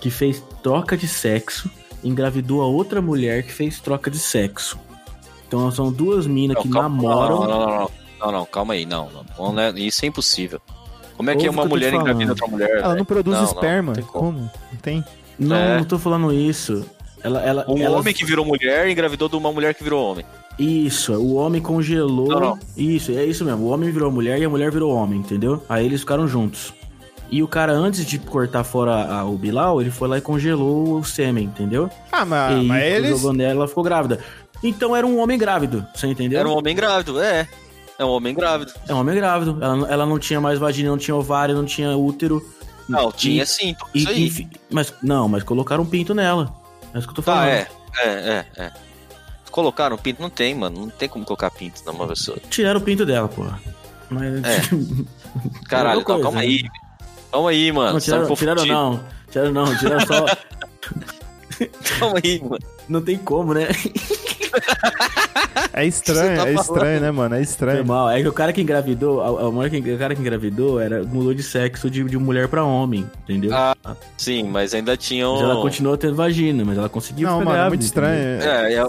que fez troca de sexo engravidou a outra mulher que fez troca de sexo. Então são duas minas que calma- namoram. Não, não, não, não, não, não, calma aí, não, não, não, não é- isso é impossível. Como é Ouve que o uma que eu tô te mulher engravida falando. outra mulher? Ah, Ela velho? não produz Não, não, esperma. não tem como. Como? Não tem? Não, É. não tô falando isso. Ela, ela, Um elas- homem que virou mulher engravidou de uma mulher que virou homem. Isso, o homem congelou. Não, não. Isso, é isso mesmo. O homem virou mulher e a mulher virou homem, entendeu? Aí eles ficaram juntos. E o cara, antes de cortar fora a- o Bilal, ele foi lá e congelou o sêmen, entendeu? Ah, mas, e mas aí, eles. jogou nela, ela ficou grávida. Então era um homem grávido, você entendeu? Era um homem grávido, é. É um homem grávido. É um homem grávido. Ela, ela não tinha mais vagina, não tinha ovário, não tinha útero. Não, E- tinha sim, tudo e- isso aí. e- mas Não, mas colocaram um pinto nela. É isso que eu tô falando. tá, é, é, é, é. Colocaram pinto? Não tem, mano. Não tem como colocar pinto numa pessoa. Tiraram o pinto dela, porra. Mas... É. [LAUGHS] Caralho, Outra coisa, não, calma né? aí. Calma aí, mano. Não, Você tá me tiraram, tiraram confundindo. não. Tiraram não, [LAUGHS] tiraram só... Calma aí, mano. Não tem como, né? [LAUGHS] É estranho, tá é falando? estranho, né, mano? É Foi estranho. mal. É que o cara que engravidou, a, a mulher que, o cara que engravidou era, mudou de sexo de, de mulher pra homem, entendeu? Ah, oh. Sim, mas ainda um- tinham. Mas ela continuou tendo vagina, mas ela conseguiu não, ficar mano, é grávida, muito estranho. entendeu? É, é-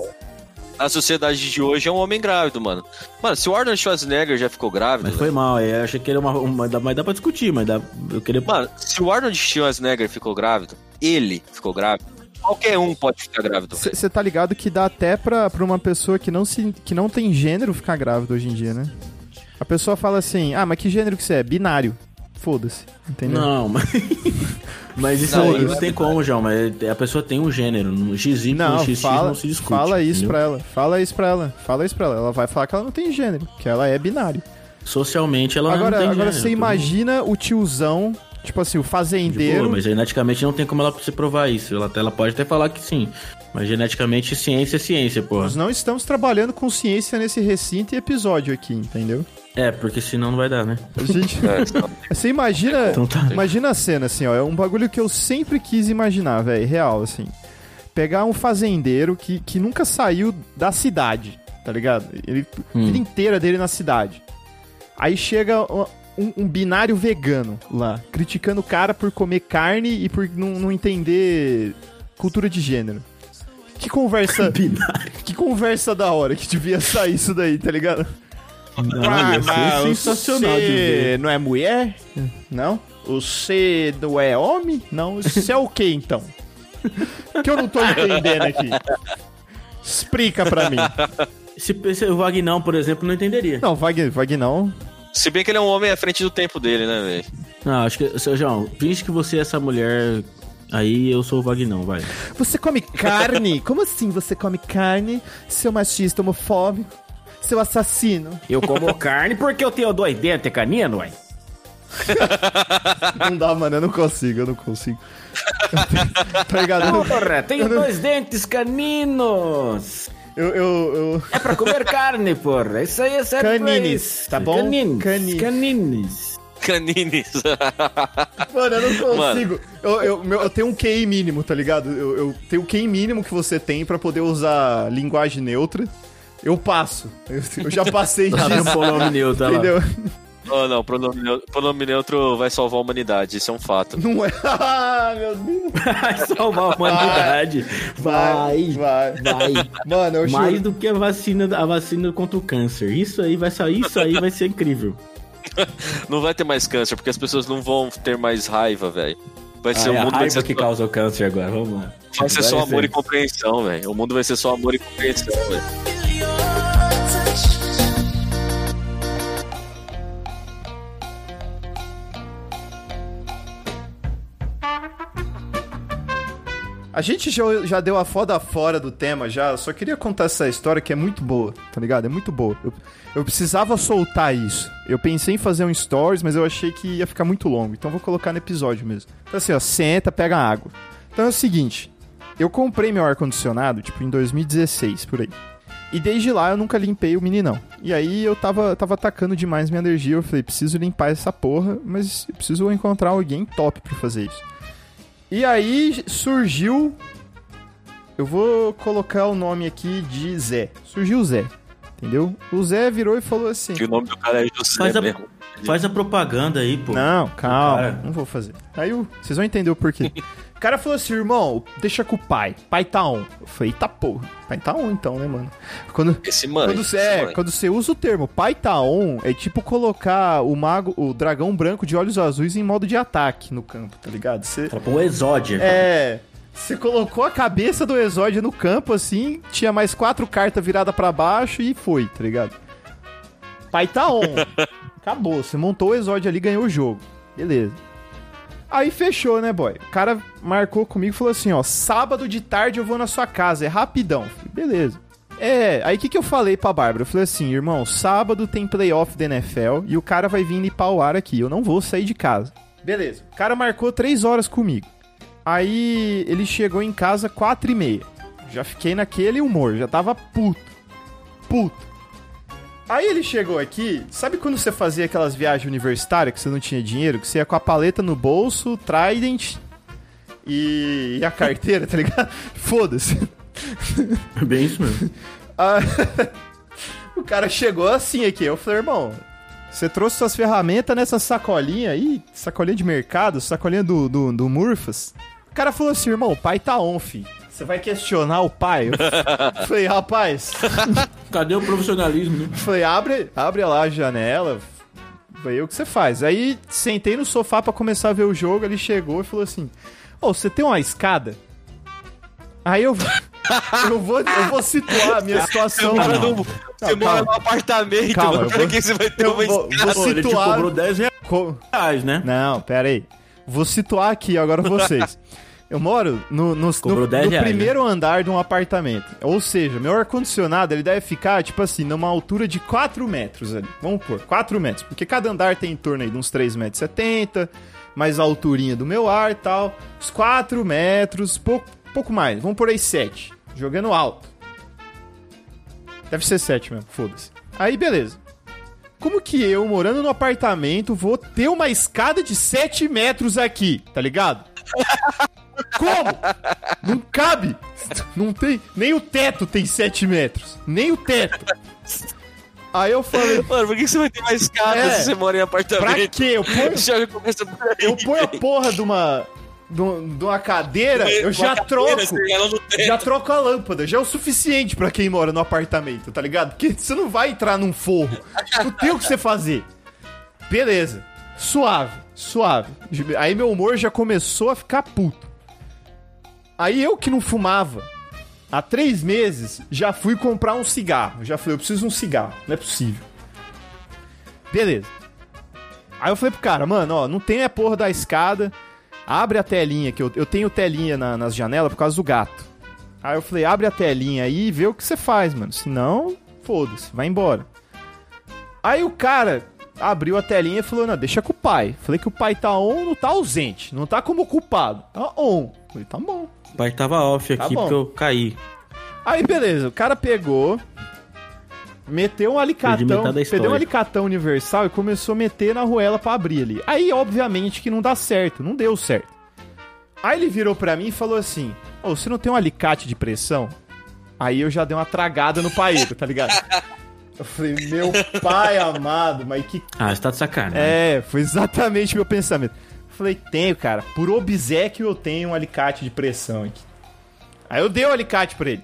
a sociedade de hoje é um homem grávido, mano. Mano, se o Arnold Schwarzenegger já ficou grávido. Mas foi mal, é, eu achei que era uma, uma- dá- Mas dá pra discutir, mas dá. Eu queria. Mano, se o Arnold Schwarzenegger ficou grávido, ele ficou grávido. Qualquer um pode ficar grávido. velho. Você tá ligado que dá até pra, pra uma pessoa que não, se, que não tem gênero ficar grávida hoje em dia, né? A pessoa fala assim, ah, mas que gênero que você é? Binário. Foda-se, entendeu? [LAUGHS] Não, mas. Mas isso Não, aí isso não é tem como, João. Mas a pessoa tem um gênero. Um XY, um XX não se discute. fala isso entendeu? pra ela. Fala isso pra ela. Fala isso pra ela. Ela vai falar que ela não tem gênero, que ela é binário. Socialmente ela agora, não tem agora gênero, você todo mundo- imagina o tiozão, tipo assim, o De boa, fazendeiro. mas geneticamente não tem como ela se provar isso. Ela, ela pode até falar que sim. Mas geneticamente ciência é ciência, porra. Nós não estamos trabalhando com ciência nesse recinto e episódio aqui, entendeu? É, porque senão não vai dar, né? Gente, É, então, você imagina, Então tá. imagina a cena assim, ó, é um bagulho que eu sempre quis imaginar, velho, real assim. Pegar um fazendeiro que, que nunca saiu da cidade, tá ligado? Ele Hum. a vida inteira dele na cidade. Aí chega ó, um, um binário vegano lá, criticando o cara por comer carne e por não, não entender cultura de gênero. Que conversa, que conversa da hora que devia sair isso daí, tá ligado? Não, ia ser sensacional de ver. Você não é mulher? Não? Você não é homem? Não. Você é o que então? que eu não tô entendendo aqui. Explica pra mim. Se, se o Vagnão, por exemplo, não entenderia. Não, Wagner, Wagner não. Se bem que ele é um homem à frente do tempo dele, né, velho? [LAUGHS] Não, acho que. Seu João, finge que você é essa mulher. Aí eu sou o Vagnão, vai. Você come carne? Como assim você come carne? Seu machista homofóbico? Seu assassino? Eu como [LAUGHS] carne porque eu tenho dois dentes canino, ué. Não dá, mano, eu não consigo, eu não consigo. [LAUGHS] tá ligado? Eu, não- Porra, tenho dois dentes caninos. eu, eu, eu- É pra comer carne, porra. Isso aí é certo Canines, tá bom? Canines. Canines. Canines. Canines. Mano, eu não Mano. consigo. Eu, eu, meu- eu tenho um QI mínimo, tá ligado? Eu, eu tenho o QI mínimo que você tem pra poder usar linguagem neutra. Eu passo. Eu, eu já passei Tá no disso, pronome neutro, tá lá. entendeu? oh, não, pronome neutro, pronome neutro vai salvar a humanidade, isso é um fato. Não é. [LAUGHS] Ah, meu Deus. Vai salvar a humanidade. Vai. Vai. Vai. Mano, eu Mais juro. do que a vacina, a vacina contra o câncer. Isso aí vai sair, isso aí vai ser incrível. Não vai ter mais câncer, porque as pessoas não vão ter mais raiva, velho. Vai ser Ah, é o a mundo vai ser, raiva que causa o câncer agora, vamos lá. vai ser só Agora amor é e compreensão, velho. O mundo vai ser só amor e compreensão, velho. A gente já, já deu a foda fora do tema já. Eu só queria contar essa história que é muito boa, tá ligado? É muito boa. Eu, eu precisava soltar isso. Eu pensei em fazer um stories, mas eu achei que ia ficar muito longo. Então vou colocar no episódio mesmo. Então assim, ó, senta, pega água. Então é o seguinte. Eu comprei meu ar-condicionado, tipo, em 2016, por aí. E desde lá eu nunca limpei o meninão. E aí eu tava, tava atacando demais minha energia. Eu falei, preciso limpar essa porra, mas eu preciso encontrar alguém top pra fazer isso. E aí surgiu. Eu vou colocar o nome aqui de Zé. Surgiu o Zé. Entendeu? O Zé virou e falou assim. Que o nome do cara é José Faz a- mesmo. Faz a propaganda aí, pô. Não, calma, cara. não vou fazer. Aí o- vocês vão entender o porquê. [LAUGHS] o cara falou assim, irmão, deixa com o pai. Pai tá on. Eu falei, eita porra, pai tá on então, né, mano? Quando, Esse mano. quando, você, é, quando você usa o termo pai tá on, é tipo colocar o mago, o dragão branco de olhos azuis em modo de ataque no campo, tá ligado? Você. Fala, pô, o [LAUGHS] exódio. É. Você colocou a cabeça do Exódio no campo, assim, tinha mais quatro cartas viradas pra baixo e foi, tá ligado? Pai tá on. Acabou. Você montou o Exódio ali, ganhou o jogo. Beleza. Aí fechou, né, boy? O cara marcou comigo e falou assim, ó, sábado de tarde eu vou na sua casa, é rapidão. Falei, Beleza. É, aí o que, que eu falei pra Bárbara? Eu falei assim, irmão, sábado tem playoff da NFL e o cara vai vir limpar o ar aqui, eu não vou sair de casa. Beleza. O cara marcou três horas comigo. Aí ele chegou em casa quatro e meia. Já fiquei naquele humor, já tava puto. Puto. Aí ele chegou aqui, sabe quando você fazia aquelas viagens universitárias que você não tinha dinheiro, que você ia com a paleta no bolso, Trident e, e a carteira, tá ligado? [LAUGHS] Foda-se. É bem isso mesmo. Ah, o cara chegou assim aqui. Eu falei, irmão, você trouxe suas ferramentas nessa sacolinha aí? Sacolinha de mercado, sacolinha do, do, do Murphas? O cara falou assim, irmão, o pai tá on, fi. Você vai questionar o pai? Eu falei, rapaz, Cadê o profissionalismo, né? falei, abre, abre lá a janela. Vai o que você faz. Aí sentei no sofá pra começar a ver o jogo, ele chegou e falou assim: Ô, você tem uma escada? Aí eu, eu, vou, eu vou situar a minha situação. Você mora não. num, você Ah, Não, mora calma. num apartamento, Calma, eu mano. Pra vou- que você vai ter eu uma vou- escada? vou- Ele te Tá Situado. cobrou 10 Co- reais, né? Não, pera aí. Vou situar aqui agora vocês. Eu moro no, no, Cobrou no- 10 no reais, né? primeiro andar de um apartamento. Ou seja, meu ar-condicionado ele deve ficar, tipo assim, numa altura de 4 metros ali. Vamos pôr, 4 metros. Porque cada andar tem em torno aí de uns 3,70 metros, mais a alturinha do meu ar e tal. Uns 4 metros, pouco, pouco mais. Vamos pôr aí 7. Jogando alto. Deve ser 7 mesmo, foda-se. Aí, beleza. Como que eu, morando no apartamento, vou ter uma escada de 7 metros aqui, tá ligado? Como? Não cabe. Não tem. Nem o teto tem 7 metros. Nem o teto. Aí eu falei, Mano, por que você vai ter mais escada É. se você mora em pra apartamento? quê? Eu ponho, [LAUGHS] Já começa por aí. eu ponho a porra de uma. De um- de uma cadeira, eu já troco. [LAUGHS] Já troco a lâmpada, já é o suficiente pra quem mora no apartamento, tá ligado? Porque você não vai entrar num forro. Não tem o que você fazer. Beleza. Suave, suave. Aí meu humor já começou a ficar puto. Aí eu que não fumava há três meses, já fui comprar um cigarro. Já falei, eu preciso de um cigarro, não é possível. Beleza. Aí eu falei pro cara, mano, ó, não tem a porra da escada. Abre a telinha, que eu, eu tenho telinha na- nas janelas por causa do gato. Aí eu falei, abre a telinha aí e vê o que você faz, mano. Senão, foda-se, vai embora. Aí o cara abriu a telinha e falou, não, deixa com o pai. Falei que o pai tá on, não tá ausente, não tá como culpado. Tá on. Falei, tá bom. O pai tava off Tá aqui bom. porque eu caí. Aí, beleza, o cara pegou, meteu um alicatão, metade da pegou um história. alicatão universal e começou a meter na ruela pra abrir ali. Aí, obviamente, que não dá certo, não deu certo. Aí ele virou pra mim e falou assim: Ô, você não tem um alicate de pressão? Aí eu já dei uma tragada no paeiro, tá ligado? Eu falei, meu pai amado, mas que Ah, você tá de sacanagem. é, foi exatamente meu pensamento. Falei, tenho, cara. Por obséquio eu tenho um alicate de pressão aqui. Aí eu dei o alicate pra ele.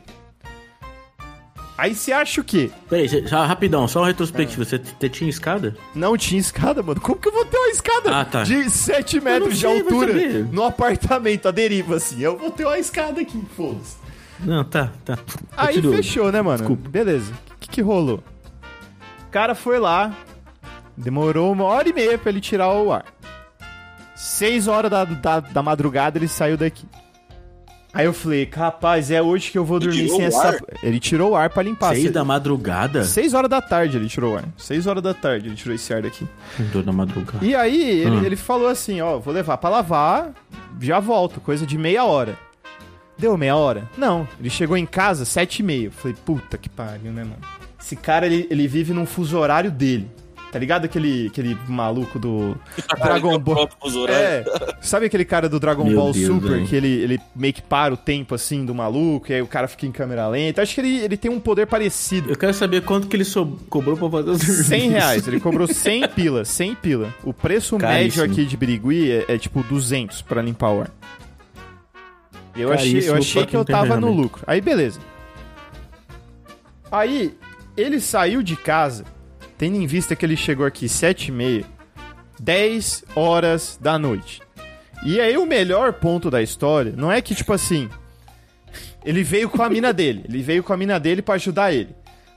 Aí você acha o quê? Peraí, cê- só rapidão, só um É. retrospectivo. Você t- t- tinha escada? Não tinha escada, mano. Como que eu vou ter uma escada Ah, tá. de 7 metros de sei, vai altura saber. no apartamento, a deriva assim? Eu vou ter uma escada aqui, foda-se. Não, tá, tá. Aí Continua. fechou, né, mano? Desculpa. Beleza. O que, que rolou? O cara foi lá, demorou uma hora e meia pra ele tirar o ar. Seis horas da, da, da madrugada ele saiu daqui. Aí eu falei, rapaz, é hoje que eu vou dormir tirou sem o essa. ar? Ele tirou o ar pra limpar. Seis Seis, da madrugada? seis horas da tarde ele tirou o ar. Seis horas da tarde ele tirou esse ar daqui. Seis da madrugada. E aí ele, Hum. ele falou assim, ó, vou levar pra lavar, já volto, coisa de meia hora. Deu meia hora? Não. Ele chegou em casa sete e meia. Eu Falei, puta que pariu, né, mano? Esse cara, ele, ele vive num fuso horário dele. Tá ligado aquele, aquele maluco do tá então Dragon Ball? né? É, sabe aquele cara do Dragon Meu Ball Deus, Super, velho. que ele, ele meio que para o tempo, assim, do maluco, e aí o cara fica em câmera lenta? Acho que ele, ele tem um poder parecido. Eu quero saber quanto que ele so- cobrou pra fazer o 100 serviço. [LAUGHS] reais, ele cobrou 100 pila, 100 pila. O preço Caríssimo. médio aqui de Birigui é, é tipo 200 pra limpar o ar. Eu Caríssimo achei, eu achei pra que eu quem tem tava no ferramenta. lucro. Aí, beleza. Aí, ele saiu de casa, tendo em vista que ele chegou aqui 7 e meia, 10 horas da noite. E aí, o melhor ponto da história não é que, tipo assim, ele veio com a mina dele. Ele veio com a mina dele pra ajudar ele.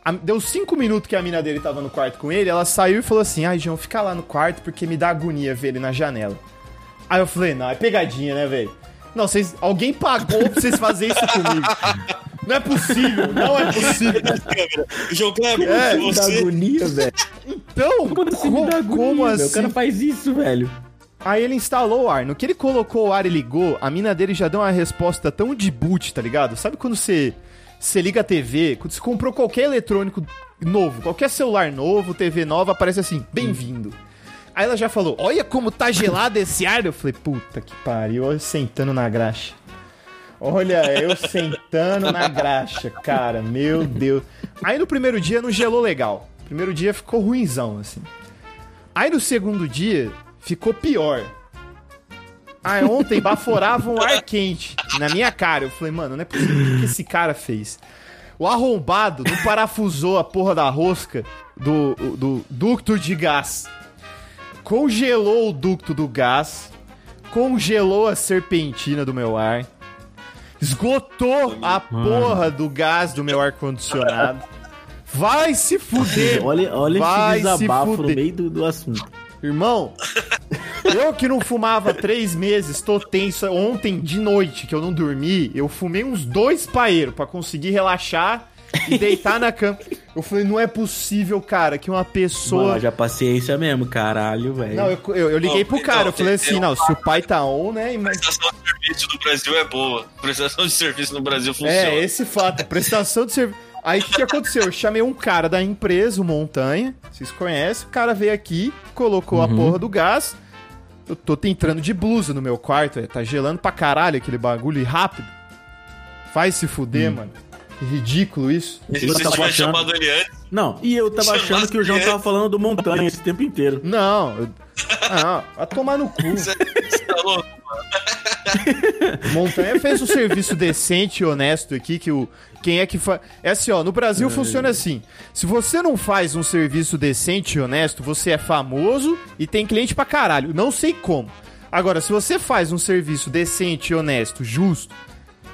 A- Deu cinco minutos que a mina dele tava no quarto com ele, ela saiu e falou assim: Ai, João, fica lá no quarto porque me dá agonia ver ele na janela. Aí eu falei: Não, é pegadinha, né, velho? Não, vocês, alguém pagou pra vocês fazerem isso comigo. Não é possível, não é possível. João Kleber, É, você... agonia, velho. Então, Como assim me dá como, agonia, como velho? O cara assim? faz isso, velho. Aí ele instalou o ar. No que ele colocou o ar e ligou, a mina dele já deu uma resposta tão de boot, tá ligado? Sabe quando você, você liga a TV, quando você comprou qualquer eletrônico novo, qualquer celular novo, TV nova, aparece assim, bem-vindo. Aí ela já falou, olha como tá gelado esse ar. Eu falei, puta que pariu, olha eu sentando na graxa. Olha, eu sentando na graxa, cara, meu Deus. Aí no primeiro dia não gelou legal. Primeiro dia ficou ruinzão, assim. Aí no segundo dia, ficou pior. Aí ontem baforava um ar quente na minha cara. Eu falei, mano, não é possível. O que esse cara fez? O arrombado não parafusou a porra da rosca do, do ducto de gás. Congelou o ducto do gás. Congelou a serpentina do meu ar. Esgotou a porra do gás do meu ar-condicionado. Vai se fuder! Olha, olha Vai esse se desabafo no fuder. meio do, do assunto. Irmão, eu que não fumava três meses, tô tenso. é Ontem de noite que eu não dormi, eu fumei uns dois paeiros pra conseguir relaxar e deitar na cama. Eu falei, não é possível, cara, que uma pessoa. Mano, já paciência mesmo, caralho, velho. Não, eu, eu- eu liguei Não, pro então, cara, eu falei tem- assim, tem não, se o pai tá on, né? Mas... Prestação de serviço no Brasil é boa. Prestação de serviço no Brasil funciona. É, esse fato, prestação de serviço. Aí o que, que aconteceu? Eu chamei um cara da empresa, o Montanha, vocês conhecem, o cara veio aqui, colocou a porra do gás. Eu tô entrando de blusa no meu quarto, é, tá gelando pra caralho aquele bagulho e rápido. Faz se fuder, mano. Que ridículo isso. Se Eu você tava tivesse achando- chamado ele antes, Não, e eu tava achando que o João tava falando do montanha esse tempo inteiro. Não, eu... ah, vai tomar no cu. você, você tá louco. Montanha fez um serviço decente e honesto aqui que o quem é que faz é assim, ó, no Brasil funciona assim. Se você não faz um serviço decente e honesto, você é famoso e tem cliente pra caralho, não sei como. Agora, se você faz um serviço decente e honesto, justo,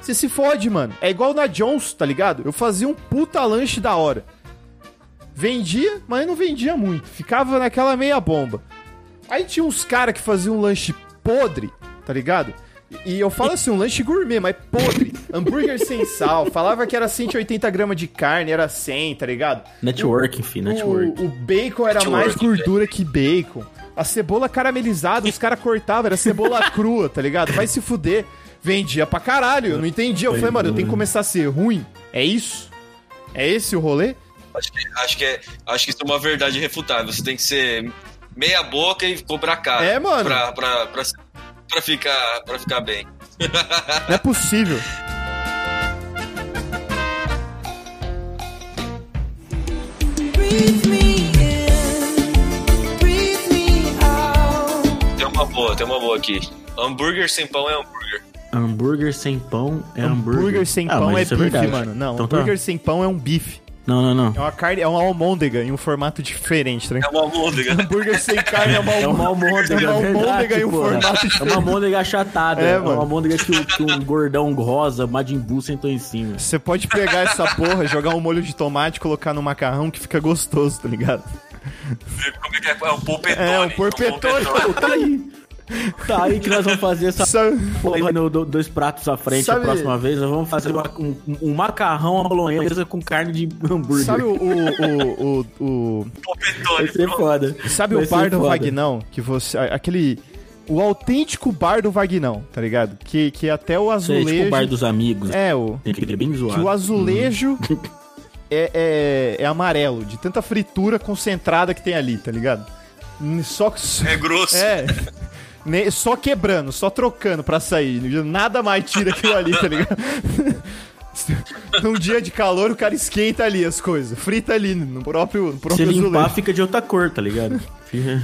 você se fode, mano. É igual na John's, tá ligado? Eu fazia um puta lanche da hora. Vendia, mas não vendia muito. Ficava naquela meia bomba. Aí tinha uns caras que faziam um lanche podre, tá ligado? E, e eu falo assim, um lanche gourmet, mas podre. Hambúrguer sem sal. Falava que era 180 gramas de carne, era 100, tá ligado? Network, enfim, network. O, o bacon era Network, mais gordura que bacon. A cebola caramelizada, os caras cortavam, era [LAUGHS] cebola crua, tá ligado? Vai se fuder. Vendia pra caralho, eu não entendi. Eu falei, mano, eu tenho que começar a ser ruim. É isso? É esse o rolê? Acho que, acho, que é, acho que isso é uma verdade refutável. Você tem que ser meia boca e cobrar cara. É, mano. Pra, pra, pra, pra ficar, pra ficar bem. Não é possível. Breathe me in, breathe me out. Tem uma boa, tem uma boa aqui. Hambúrguer sem pão é hambúrguer. Hambúrguer sem pão é hambúrguer. Hambúrguer sem Ah, pão mas é isso bife, verdade. mano. Não, Então tá. hambúrguer sem pão é um bife. Não, não, não. É uma carne, é uma almôndega em um formato diferente, tá É ligado? uma almôndega. Hambúrguer sem carne é uma É uma almôndega. almôndega, É uma almôndega em um porra. formato É uma almôndega achatada. É, É, mano. uma almôndega que, o- que um gordão rosa, Majin Buu, sentou em cima. Você pode pegar essa porra, jogar um molho de tomate, colocar no macarrão que fica gostoso, tá ligado? [LAUGHS] Como é que é? É um polpetone. É, o polpetone. porpetone. Tá aí. Tá aí que nós vamos fazer essa Sabe- porra no, do- dois pratos à frente Sabe- a próxima vez. Nós vamos fazer uma- um, um macarrão à bolonhesa com carne de hambúrguer. Sabe o. o, o, o, É um o- Polpetone. Vai ser foda. sabe Vai o ser bar do foda. Vagnão? Que você. a- Aquele. O autêntico bar do Vagnão, tá ligado? Que, que até o Sei, azulejo. tipo o bar dos amigos. É, o. Tem que ter bem Que zoado. o azulejo é, é, é amarelo, de tanta fritura concentrada que tem ali, tá ligado? Hum, Só que. É grosso. É. Ne- Só quebrando, só trocando pra sair. Nada mais tira aquilo ali, tá ligado? [LAUGHS] Num dia de calor, o cara esquenta ali as coisas. Frita ali no próprio, no Se próprio limpar, é azulejo. fica de outra cor, tá ligado? Fica-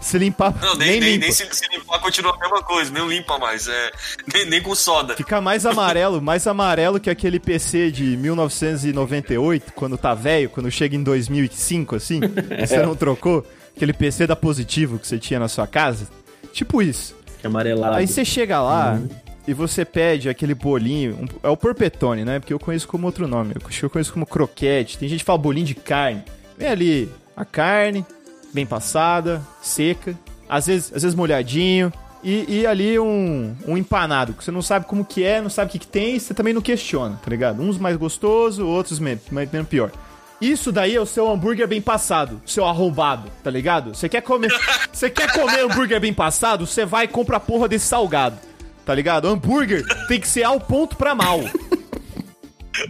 Se limpar, Não, nem, nem, nem, nem limpa. se, se limpar continua a mesma coisa, nem limpa mais. É, nem, nem com soda. Fica mais amarelo, mais amarelo que aquele PC de 1998, quando tá velho, quando chega em 2005, assim, e você não trocou. Aquele PC da Positivo que você tinha na sua casa. Tipo isso. Que é amarelado. Aí você chega lá e você pede aquele bolinho. um- é o porpetone, né? Porque eu conheço como outro nome. Eu acho que eu conheço como croquete. Tem gente que fala bolinho de carne. Vem ali a carne, bem passada, seca. Às vezes, às vezes molhadinho. E, e ali um, um empanado, que você não sabe como que é, não sabe o que, que tem, e você também não questiona, tá ligado? Uns mais gostoso, outros me- mais- menos pior. Isso daí é o seu hambúrguer bem passado, seu arrombado, tá ligado? Você quer [LAUGHS] comer, você quer comer hambúrguer bem passado, você vai e compra a porra desse salgado. Tá ligado? Hambúrguer tem que ser ao ponto pra mal. [LAUGHS]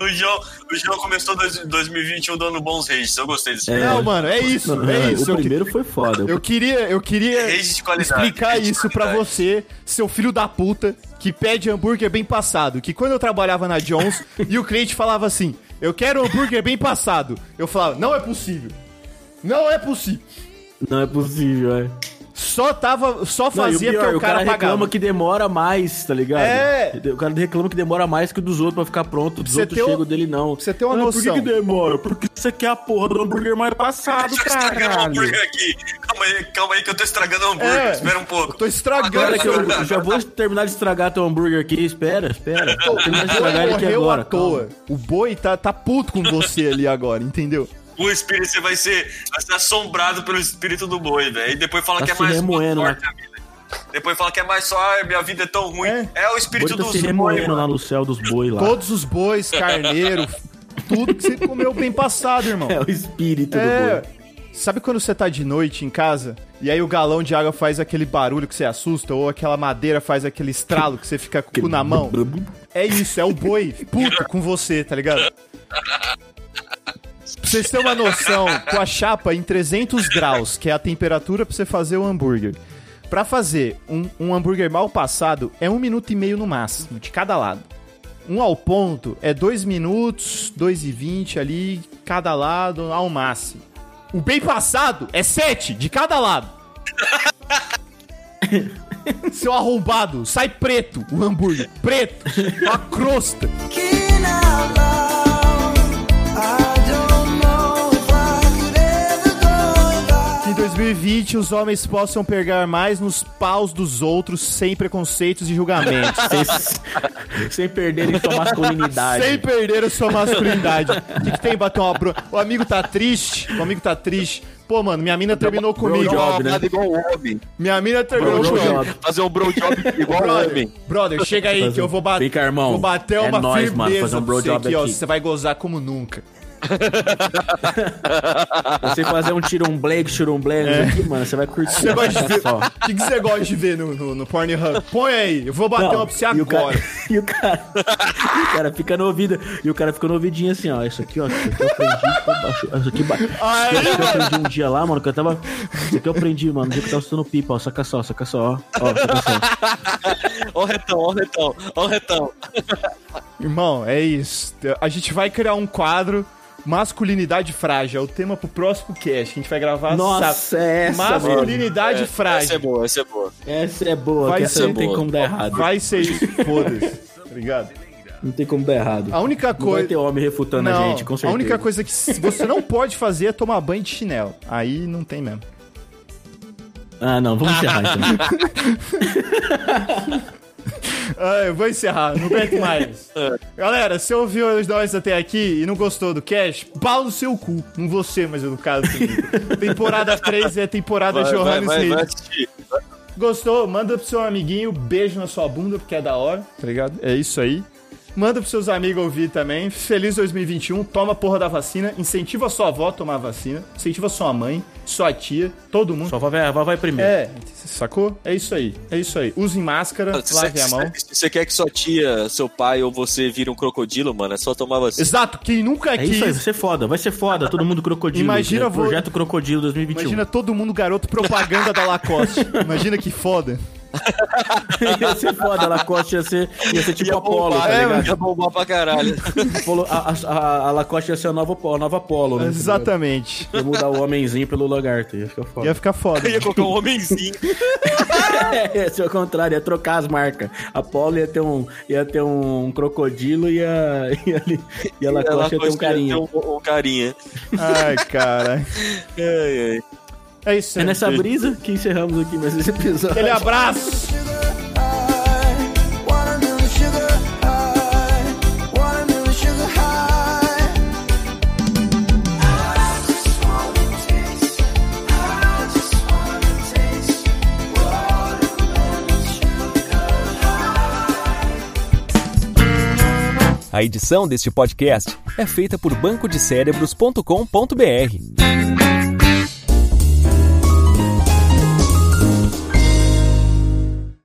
O João, o João começou dois- 2021 dando bons reis. Eu gostei desse É. Não, mano, é isso, Não, é não, isso. O Eu, que- primeiro foi foda. eu queria, eu queria Reis É de qualidade, explicar reis de isso pra qualidade. você, seu filho da puta, que pede hambúrguer bem passado. Que quando eu trabalhava na [LAUGHS] Jones e o cliente falava assim: Eu quero hambúrguer bem passado. Eu falava: Não é possível. Não é possível. Não é possível, é. Só tava, só Não, e fazia pior, porque o cara, pagava. reclama que demora mais, tá ligado? É. O cara reclama que demora mais que o dos outros pra ficar pronto, dos Você outros tem um- chegam dele não. você tem uma Ah, noção. Por que, que demora? Porque você quer a porra do hambúrguer [LAUGHS] mais passado, Tô estragando o caralho. hambúrguer aqui. Calma aí, calma aí que eu tô estragando o hambúrguer. É. Espera um pouco. Tô estragando Agora aqui. que eu já vou terminar de estragar teu hambúrguer aqui, espera, espera. Vou terminar de estragar ele aqui Morreu agora. à toa. calma. O boi tá, tá puto com você ali agora, [LAUGHS] entendeu? O espírito você vai ser, vai ser assombrado pelo espírito do boi, velho. E depois fala Tá que é se mais remoendo, sorte a vida. Depois fala que é mais só, ai, minha vida é tão ruim. É. É, o O boi espírito tá dos se boi, remoendo mano. lá no céu dos boi lá. Todos os bois, carneiro, tudo que você comeu bem passado, irmão. [LAUGHS] [LAUGHS] É o espírito É. do boi. Sabe quando você tá de noite em casa e aí o galão de água faz aquele barulho que você assusta ou aquela madeira faz aquele [LAUGHS] estralo que você fica com o cu na mão? É isso, é o boi puto com você, tá ligado? Pra vocês terem uma noção, com a chapa em 300 graus, que é a temperatura pra você fazer o hambúrguer. Pra fazer um, um hambúrguer mal passado, é um minuto e meio no máximo, de cada lado. Um ao ponto é dois minutos, dois e vinte ali, cada lado ao máximo. O bem passado é sete de cada lado. Seu arrombado, sai preto o hambúrguer. Preto, a crosta. Thinking out loud, I don't know if I could ever go back. Que em 2020 os homens possam pegar mais nos paus dos outros sem preconceitos e julgamentos. [LAUGHS] sem, sem perderem sua masculinidade. Sem perder a sua masculinidade. O que, que tem bater uma bronca? O amigo tá triste. O amigo tá triste. Pô, mano, minha mina terminou comigo. Uma job, né? parada igual o homem. Minha mina terminou Bro comigo. job. Fazer um bro [LAUGHS] job igual o Brother, homem. brother, chega aí que eu vou bater. Fica, irmão. Vou bater É uma nóis, mano, firmeza fazer um pra você blowjob aqui, ó. aqui. Você vai gozar como [LAUGHS] nunca. Você fazer um tiro um blake, tiro um blake aqui, mano, você vai curtir. É. Você gosta de Olha ver. O que, que você gosta de ver no, no, no Pornhub? Põe aí, eu vou bater Não, uma pra você e o cara, agora. [LAUGHS] e o cara, e o cara fica no ouvido, e o cara fica no ouvidinho assim, ó, isso aqui, ó, isso aqui eu aprendi, pra baixo- isso aqui, ba- Aí, isso aqui eu aprendi um dia lá, mano, que eu tava, isso aqui eu aprendi, mano, no dia que eu tava estudando pipa, ó, saca só, saca só, ó, ó, saca só. Ó o retão, ó o retão, ó o retão. Irmão, é isso. A gente vai criar um quadro Masculinidade Frágil. É o tema pro próximo cast. que A gente vai gravar sábado. Nossa, é essa, mano. Masculinidade É, Essa é Frágil. boa, essa é boa. Essa é boa, Vai que essa ser não tem boa. como dar errado, Vai ser isso, [LAUGHS] foda-se. Obrigado. não tem como dar errado. A única Não vai ter coisa. homem refutando a gente, com certeza. a única coisa que s- você [LAUGHS] não pode fazer é tomar banho de chinelo. Aí não tem mesmo. Ah, não, vamos encerrar [LAUGHS] então. Ah, eu vou encerrar, não aguento [LAUGHS] mais. É. Galera, se ouviu nós até aqui e não gostou do cast, pau no seu cu. Não você, mas eu no caso. [LAUGHS] comigo. temporada 3 é temporada Vai, vai, Johannes vai, Reis. vai assistir. Gostou? Manda pro seu amiguinho, beijo na sua bunda, porque é da hora, tá ligado? É isso aí. Manda pros seus amigos ouvir também. Feliz 2021, toma a porra da vacina, incentiva sua avó a tomar a vacina, incentiva sua mãe, sua tia, todo mundo. Só vai, vai, vai primeiro. É, sacou? É isso aí, é isso aí. Usem máscara, Se lavem você- a mão. Se você quer que sua tia, seu pai ou você vira um crocodilo, mano, é só tomar vacina. Exato, quem nunca É quis isso aí, vai ser foda, vai ser foda, todo mundo crocodilo. Imagina né? vo- Projeto Crocodilo 2021. Imagina todo mundo garoto propaganda da [LAUGHS] Lacoste. Imagina que foda. ia ser foda, a Lacoste ia ser, ia ser tipo Ia Apollo, bombar, tá é, ligado? ia bombar pra caralho. [LAUGHS] Apollo- a, a- a- a Lacoste ia ser a nova, Apollo- a nova Apollo, né? Exatamente. Ia mudar o homenzinho pelo lagarto, ia ficar foda. Ia ficar foda. ia colocar um homenzinho. É, [LAUGHS] ia ser o contrário, ia trocar as marcas. A Apollo ia ter um, ia ter um crocodilo e a, e a, e a Ela Lacoste ia ter um coisa que ia carinha. ter Um, um carinha. Ai, [LAUGHS] cara. Ai, ai. É isso É aí. nessa brisa que encerramos aqui mais esse episódio. Aquele abraço. I want a new sugar high. Want a new sugar high. I just wanna taste. I just wanna taste watermelon sugar A edição deste podcast é feita por bancodecérebros.com.br.